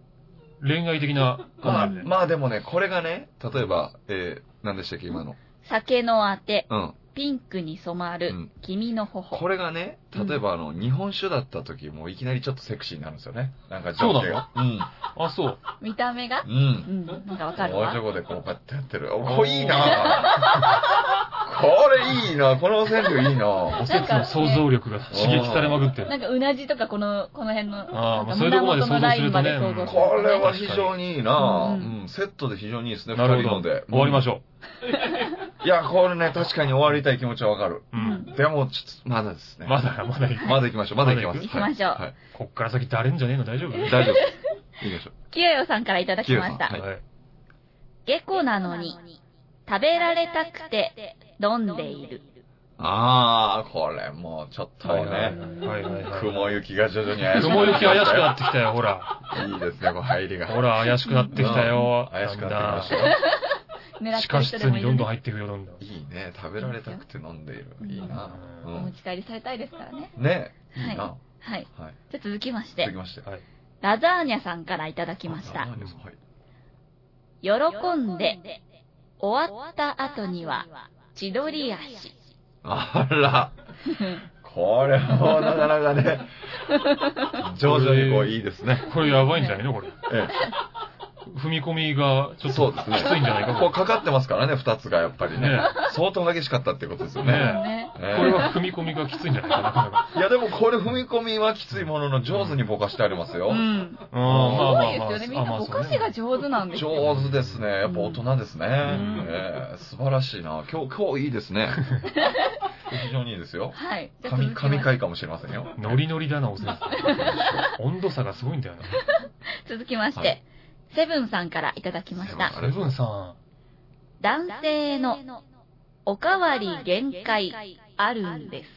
A: 恋愛的な
B: まあ、
A: 感じで。
B: まあでもね、これがね、例えば、えー、何でしたっけ、今の。
C: 酒のあて、
B: うん。
C: ピンクに染まる、
B: うん
C: 君の頬。
B: これがね、例えばあの、日本酒だった時もいきなりちょっとセクシーになるんですよね。なんか情景が。うん。
A: あ、そう。
C: 見た目が
B: うん
C: う。ん、なんかわかる
B: 大
C: わ
B: 丈。夫でこうパッてやってる。お、これいいなぁこれいいなぁこの線量いいなぁ
A: おせつの想像力が刺激されまくってる。
C: なんかうなじとかこの、この辺の、
A: あー
C: なんか
A: まあそういうとこまで
C: 胸元のラインまで想
A: 想
C: 像す
A: 像す
C: る
A: る
B: ことれ
C: ね。
B: は非常にいいなぁ
C: う
B: うん、セットで非常にいいですね、
A: なる
B: 二人
A: ほ
B: の
A: ど。
B: で
A: 終。わりまし
B: ょ
A: ょ
B: うん。いや、これね、確かに終わりたい気持ちはわかる。
A: う。うん。
B: でも、ちょっと、まだですね。
A: ま。だ、まだいい、
B: まだ行きましょう、まだ行きます。
C: 行きましょう
B: はい。
A: こっから先だれんじゃねえの大丈夫
B: はい大丈夫です。行きましょう。
C: きよよさんからいただき
B: き
C: まし
B: よよさん
C: た。
A: はい。
C: 下戸なのに、食べられたくて、飲んでいる。
B: あー、これもうちょっとね、
A: はいはいはい。
B: 雲行きが徐々に怪しく。
A: 雲行き怪しくなっててきたよ、ほら。
B: いいですね、こう入りが。
A: ほら、怪しくなってきたよ。
B: うん怪しくなってきました
A: だん
B: よ。
A: だん
C: 狙っ
A: 地
C: てる
A: 下
C: 人
A: 室
C: でも
A: に
C: いる
A: どんど
C: ね。
A: ん入っていくよ、どんどん。
B: いいね。食べられたくて飲んでいる。いいな。う
C: お持
B: ん。
C: ち帰りされたいですからね。
B: ねい
C: はい
B: いな。
C: はい。
B: はい。
C: じゃあ続きまし
B: 続
C: て
B: き、まして。
A: はい。
C: ラザーニャさんからいただきまし
B: あ
C: た
B: ラ。ーニャさんはい
C: 喜んで、終わった後には、千鳥足。
B: あら。これもなかなか ね、徐々にこういいですね。
A: これやばいんじゃないのこれ。
B: え
A: 踏み込みがち
B: え
A: ょっ
B: そ
A: と
B: う
A: き
B: で
A: つ
B: すね。
A: いんじゃないか、
B: こう
A: こ
B: かかってますからね、二つがやっぱりね
A: ね。
B: 相当激しかったってことですよ
A: ね
B: ね。
C: ね。
B: え
A: れ。
B: え
A: これは踏み込みがきついんじゃないかな、なかなか。
B: いやでもこれ踏み込みはきついものの上手にぼかしてありますよ
C: う。ん。
A: うん、まあ
C: す
A: ま
C: ごい
A: あ
C: ですよ
A: まあ。
C: ね。みんなお菓子が上手なんですよ。
B: 上手ですね。やっぱ大人ですね。
A: ん
B: ええ素晴らしいな。今日、今日いいです ね。非常にいいですよ。
C: はい。じゃあ続
B: 神、
C: きま
B: 神回かもしれませんよ。
A: ノリノリだな、お先生。温度差がすごいんだよな。
C: 続きまして、
B: はい
C: セブンさんからいただきまし
B: セ
C: た。
A: あれ、ブンさん。
C: 男性のおかわり限界あるんです。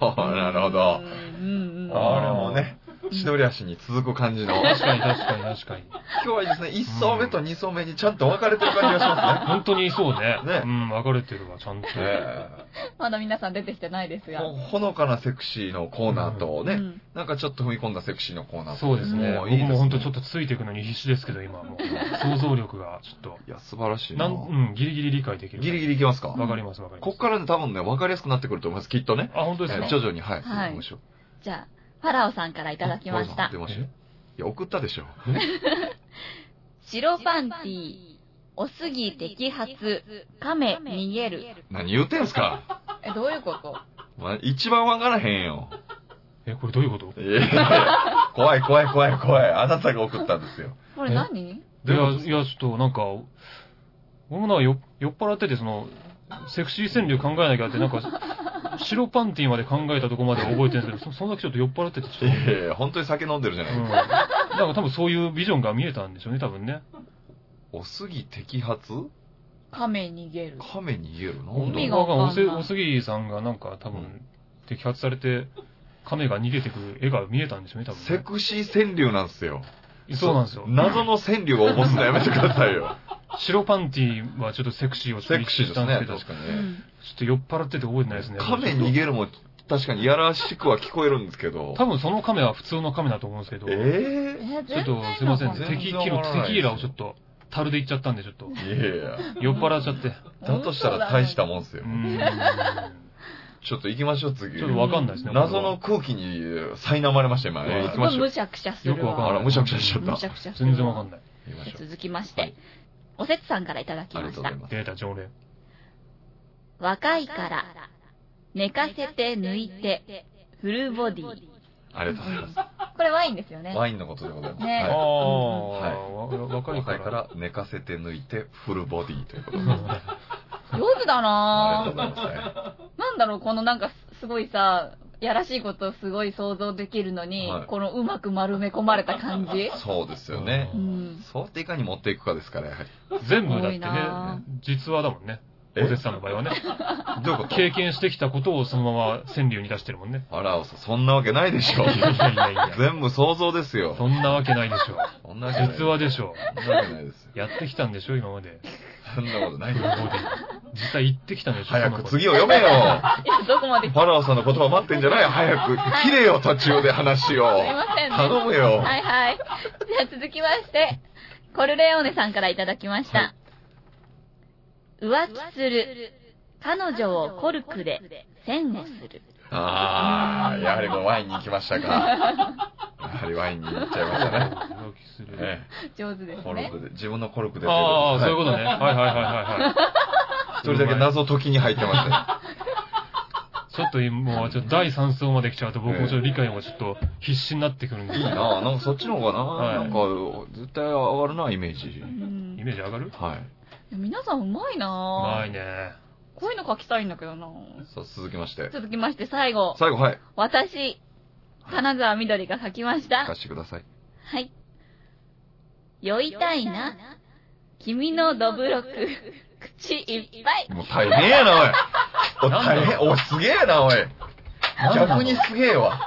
B: なるほど。
C: うんうん。
B: あれもね、千鳥足に続く感じ の。今
A: 確かに確かに確かに。
B: 日はいいですね、1層目と2層目にちゃんと分かれてる感じがしま
A: 本当にそうね。
B: ね
A: うん、分かれてるわ、ちゃんと。
B: すね。え
C: まだ皆さん出てきてないです
B: え
C: が。
B: ほほのかなセクシーのコーナーとね、
C: うん
B: なんかちょっと踏み込んだセクシーのコーナーと。
A: そうですね。
B: もう
A: 僕
B: いいですね
A: も本当ちょっとついていくのに必死ですけど、今はもう。想像力がちょっと。
B: いや、素晴らしい
A: な、。
B: なん
A: うん、ギリギリ理解できる。
B: ギリギリいきますか、
A: わかります、わかりま
B: こ
A: す。
B: っからね、多分ね、分かりやすくなってくると思います、きっとね。
A: あ、本当
B: え
A: です
B: え
A: か
B: 徐々に、はい。
C: はい
B: 行きましょう
C: じゃあ、ファラオさんからいただきまし
B: あ
C: た
B: 出。ました
A: え
B: いや、送ったでしょ。
C: 白パンティー、おすぎ摘発、亀逃げる。
B: 何言うてんすか、
C: え、どういうこと
B: まあ、一番分からへんよ。
A: え、これどういうこと
B: いやいや 怖い怖い怖い怖い。あなたが送ったんですよ。
C: これ何
A: いや、いや、ちょっとなんか、俺もなんか酔っ酔っ払ってて、その、セクシー川柳考えなきゃって、なんか、 白パンティまで考えたとこまでは覚えてるんですけど、そそんだけちょっと酔っ払ってて、ちょっと。うん。
B: いやいや、本当に酒飲んでるじゃ ない。
A: だから多分そういうビジョンが見えたんでしょうね、多分ね。
B: おすぎ摘発
C: 亀逃げる。
B: 亀逃げるな。
C: 意味
B: ん
C: がわかん
A: お
C: ない
A: せ、おすぎさんがなんか多
B: う
A: 分
B: ん、
A: 摘発されて、亀が逃げてく絵が見えたんでしょうね、多
B: セ
A: 分
B: クシー川柳なんですよ。
A: ね。そうなんですよ。
B: 謎の川柳を思すのやめてください よ。
A: 白パンティはちょっとセクシーを
B: セクシーで
A: した
B: す
A: んです
B: ね
A: け、ど、
B: 確かに
C: う
B: ね。
C: ん
A: ちょっと酔っ払ってて覚えてないですね。
B: 亀逃げるも確かにやらしくは聞こえるんですけど。
A: 多分その亀は普通の亀だと思うんですけど、
B: え
C: えー
A: ちょ
C: 全然
A: っとすいません、
C: なんか
B: 全然
A: 敵キ
B: わ
A: ロ、
B: からない
A: テキーラをちょっと、樽でいっちゃったんで、ちょっと
B: え、いやいや。
A: 酔っ払っちゃって。
B: だとしたら大したもんっす
A: う
B: よ
A: ー。ん。
B: ちょっと行きましょう、次。
A: ちょっとわかんないですね。
B: 謎
A: これ
B: の
A: は
B: 空気に苛まれました、今。
A: うん
B: 行き
C: す
B: ま
C: ご
B: し
C: い
B: ょう。
C: むしゃくしゃする
A: よくわかん
C: わ。
A: ない
B: あら、むしゃくしゃしちゃった。
C: むし
B: 行
C: ゃくしゃする
A: 全然わかんない。
B: きましょう。
C: 続きまし
B: は
C: て
B: い、
C: おせつさんからいただき
B: あり
C: ま
B: がと
C: し
B: うご
C: た
B: ざい。ます。
A: データ常連。
C: 若
D: 深
C: い
D: い
C: か
D: からら、
C: 寝かせ
D: 寝かせ
C: て
D: て
C: 抜
D: 抜
C: い
D: い
C: て、
D: て
C: フルボディ。
B: ありがとうございます。
C: これワインですよね。
B: ワインのことでございます。
C: ね
A: あ
B: はい
A: あ、
B: はい
A: わ若い
B: 若
A: か。
B: いからら寝かせて抜いてフルボディということで。
C: 上手だ
B: あ
C: な
B: りがとうございます
C: ぁ。なんだろう、このなんかすすごいさ、やらしいことをすごい想像できるのに、
B: はい
C: このうまく丸め込まれた感じ。
B: ね。そうですよね
C: う。ん。
B: そうやっていかに持っていくかですから、やはり。
A: 全部だって
C: すごいな
A: ね、実話だもんね。
B: え
A: おせつさんの場合はね。
B: どういうこと
A: 経験してきたことをそのまま川柳に出してるもんね。
B: あら、おさそんなわけないでし ょ。
A: いやいやいや。
B: 全部想像ですよ。
A: そんなわけないでしょ。
B: そんなわけない。
A: 実話でしょ。
B: そんなわけないですよ。
A: やってきたんでしょ、今まで。
B: そんなことないよ。
A: 実際行ってきたんでしょ、
B: 早
A: その
B: く
A: 子
B: 次を読めよ。
C: いや、どこまで
B: ファラオさんの言葉待ってんじゃない早く。切れよ、途中で話を。
C: すいませんね。
B: 頼むよ。
C: はいはい。じゃあ続きまして、コルレオーネさんからいただきました。
A: は
C: 浮気する。彼女をコルクで栓をする。
B: あー、やはりこれワインに行きましたか。やはりワインに行っちゃいました ね。
A: 浮気する
B: え
C: 上手で
B: え
C: す
B: コル
C: ね
B: ク。で、自分のコルクでと
A: ああ、そういう
B: こ
A: ことね。はいはいはいはいはい。
B: とで。一人だけ謎解きに入ってましたね。
A: ちょっと今もう、ちょっと第3層まで来ちゃうと僕もちょっと理解もちょっと必死になってくるんで。
B: い いなぁ、なんかそっちの方がな、
A: はい
B: なんか絶対上がるな、イメージ
C: う。
A: イ
C: ん、
A: メージ上がる
B: はい。
C: 皆さんうまいなぁ
A: ないね。
C: こういうの書きたいんだけどな
B: さあ、続きまして。
C: 続きまして最後、
B: 最後、はい。
C: 私、金沢みどりが書きまし
B: 聞
C: た
B: か。せてください。
C: はい。酔いたいな、君のどぶろく、 口いっぱい。
B: もう大変やな、おい。お
A: なんだ
B: 大変、おい、すげえな、おい。
A: なんなの
B: 逆にすげえわ。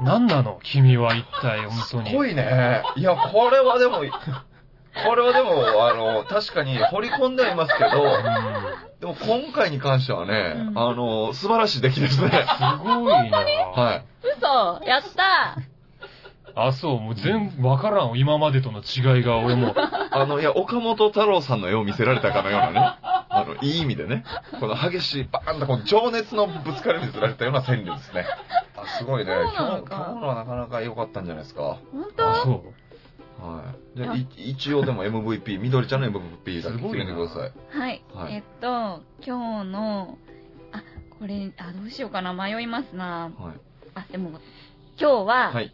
A: 何なの君は一体、本当に。
B: 濃いね。いや、これはでも、これはでも、あの、確かに掘り込んではいますけ
A: う
B: ど、
A: ん
B: でも今回に関してはね、
C: うん
B: あの、素晴らしい出来です ね。
A: すごいな。
B: はい。
C: 嘘やった
A: あ、そう、もう全、わからん。今までとの違いが、俺も。
B: あの、いや、岡本太郎さんの絵を見せられたかのようなね、あの、いい意味でね、この激しい、バーンとこの情熱のぶつかりに見せられたような川柳ですね。あ、すごいね。
C: そうな
B: 今
C: の
B: 日
C: か
B: 今日のはなかなか良かったんじゃないですか。
C: 本
A: あ、
C: 当
A: そう。
B: はい。じゃあ、い一応でも MVP、みどりちゃんの MVP だけ決めてください。
C: はい、
B: はい
C: えっと、今日の、あ、これ、あ、どうしようかな。迷いますな
B: はい。
C: あ、でも、今日は、
B: はい。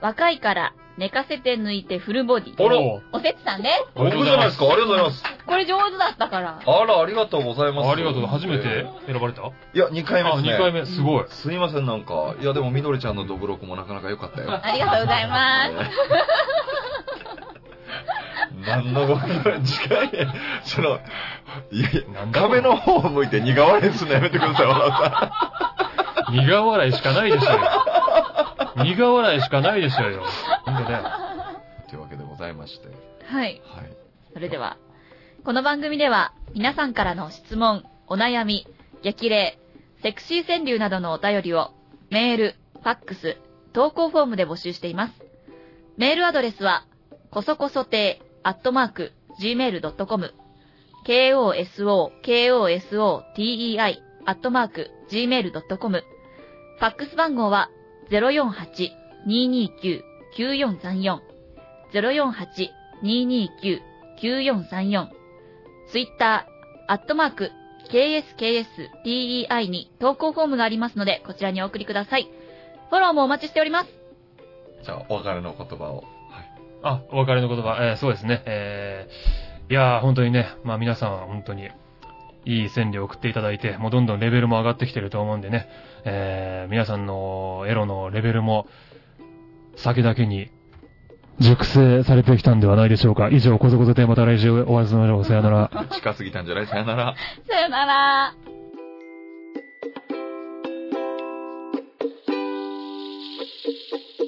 C: 若いから寝かせて抜いてフルボディ。
B: あら
A: お
C: おせつさんね。
B: 僕じゃないですか。ありがとうございます。
C: これ上手だったから。
B: あら、ありがとうございます。
A: ありがとう。初めて選ばれた
B: いや、2回目
A: あ、
B: ですね。
A: 2回目。すごい。
B: すいません、なんか。いや、でもみどりちゃんのどぶろくもなかなか良かったよ。
C: ありがとうございます。
B: 何のごめん次回その、いやいや
A: なんだろう
B: 壁の方を向いて苦笑いするのやめてください、笑さ
A: 苦笑いしかないでしょうよ。苦笑いしかないでしょうよ。ほんとね。
B: ん。というわけでございまして。
C: はい。
B: はい。
C: それでは、この番組では、皆さんからの質問、お悩み、激励、セクシー川柳などのお便りを、メール、ファックス、投稿フォームで募集しています。メールアドレスは、こそこそ亭、アットマーク、gmail.com、koso, koso, tei, アットマーク、gmail.com、ファックス番号は、048-229-9434、048-229-9434、9434ツイッター、アットマーク、kskspei に投稿フォームがありますので、こちらにお送りください。フォローもお待ちしております。
B: じゃあ、お別れの言葉を。
A: あ、お別れの言葉、えーそうですね。えーいやー、本当にね、まあ皆さん、本当に、いい線量送っていただいて、もうどんどんレベルも上がってきてると思うんでね、えー、皆さんのエロのレベルも、酒だけに、熟成されてきたんではないでしょうか。以上、こぞこぞでまた来週お会いしましょう。さよなら。
B: 近すぎたんじゃないさよなら。
D: さよなら。
E: 「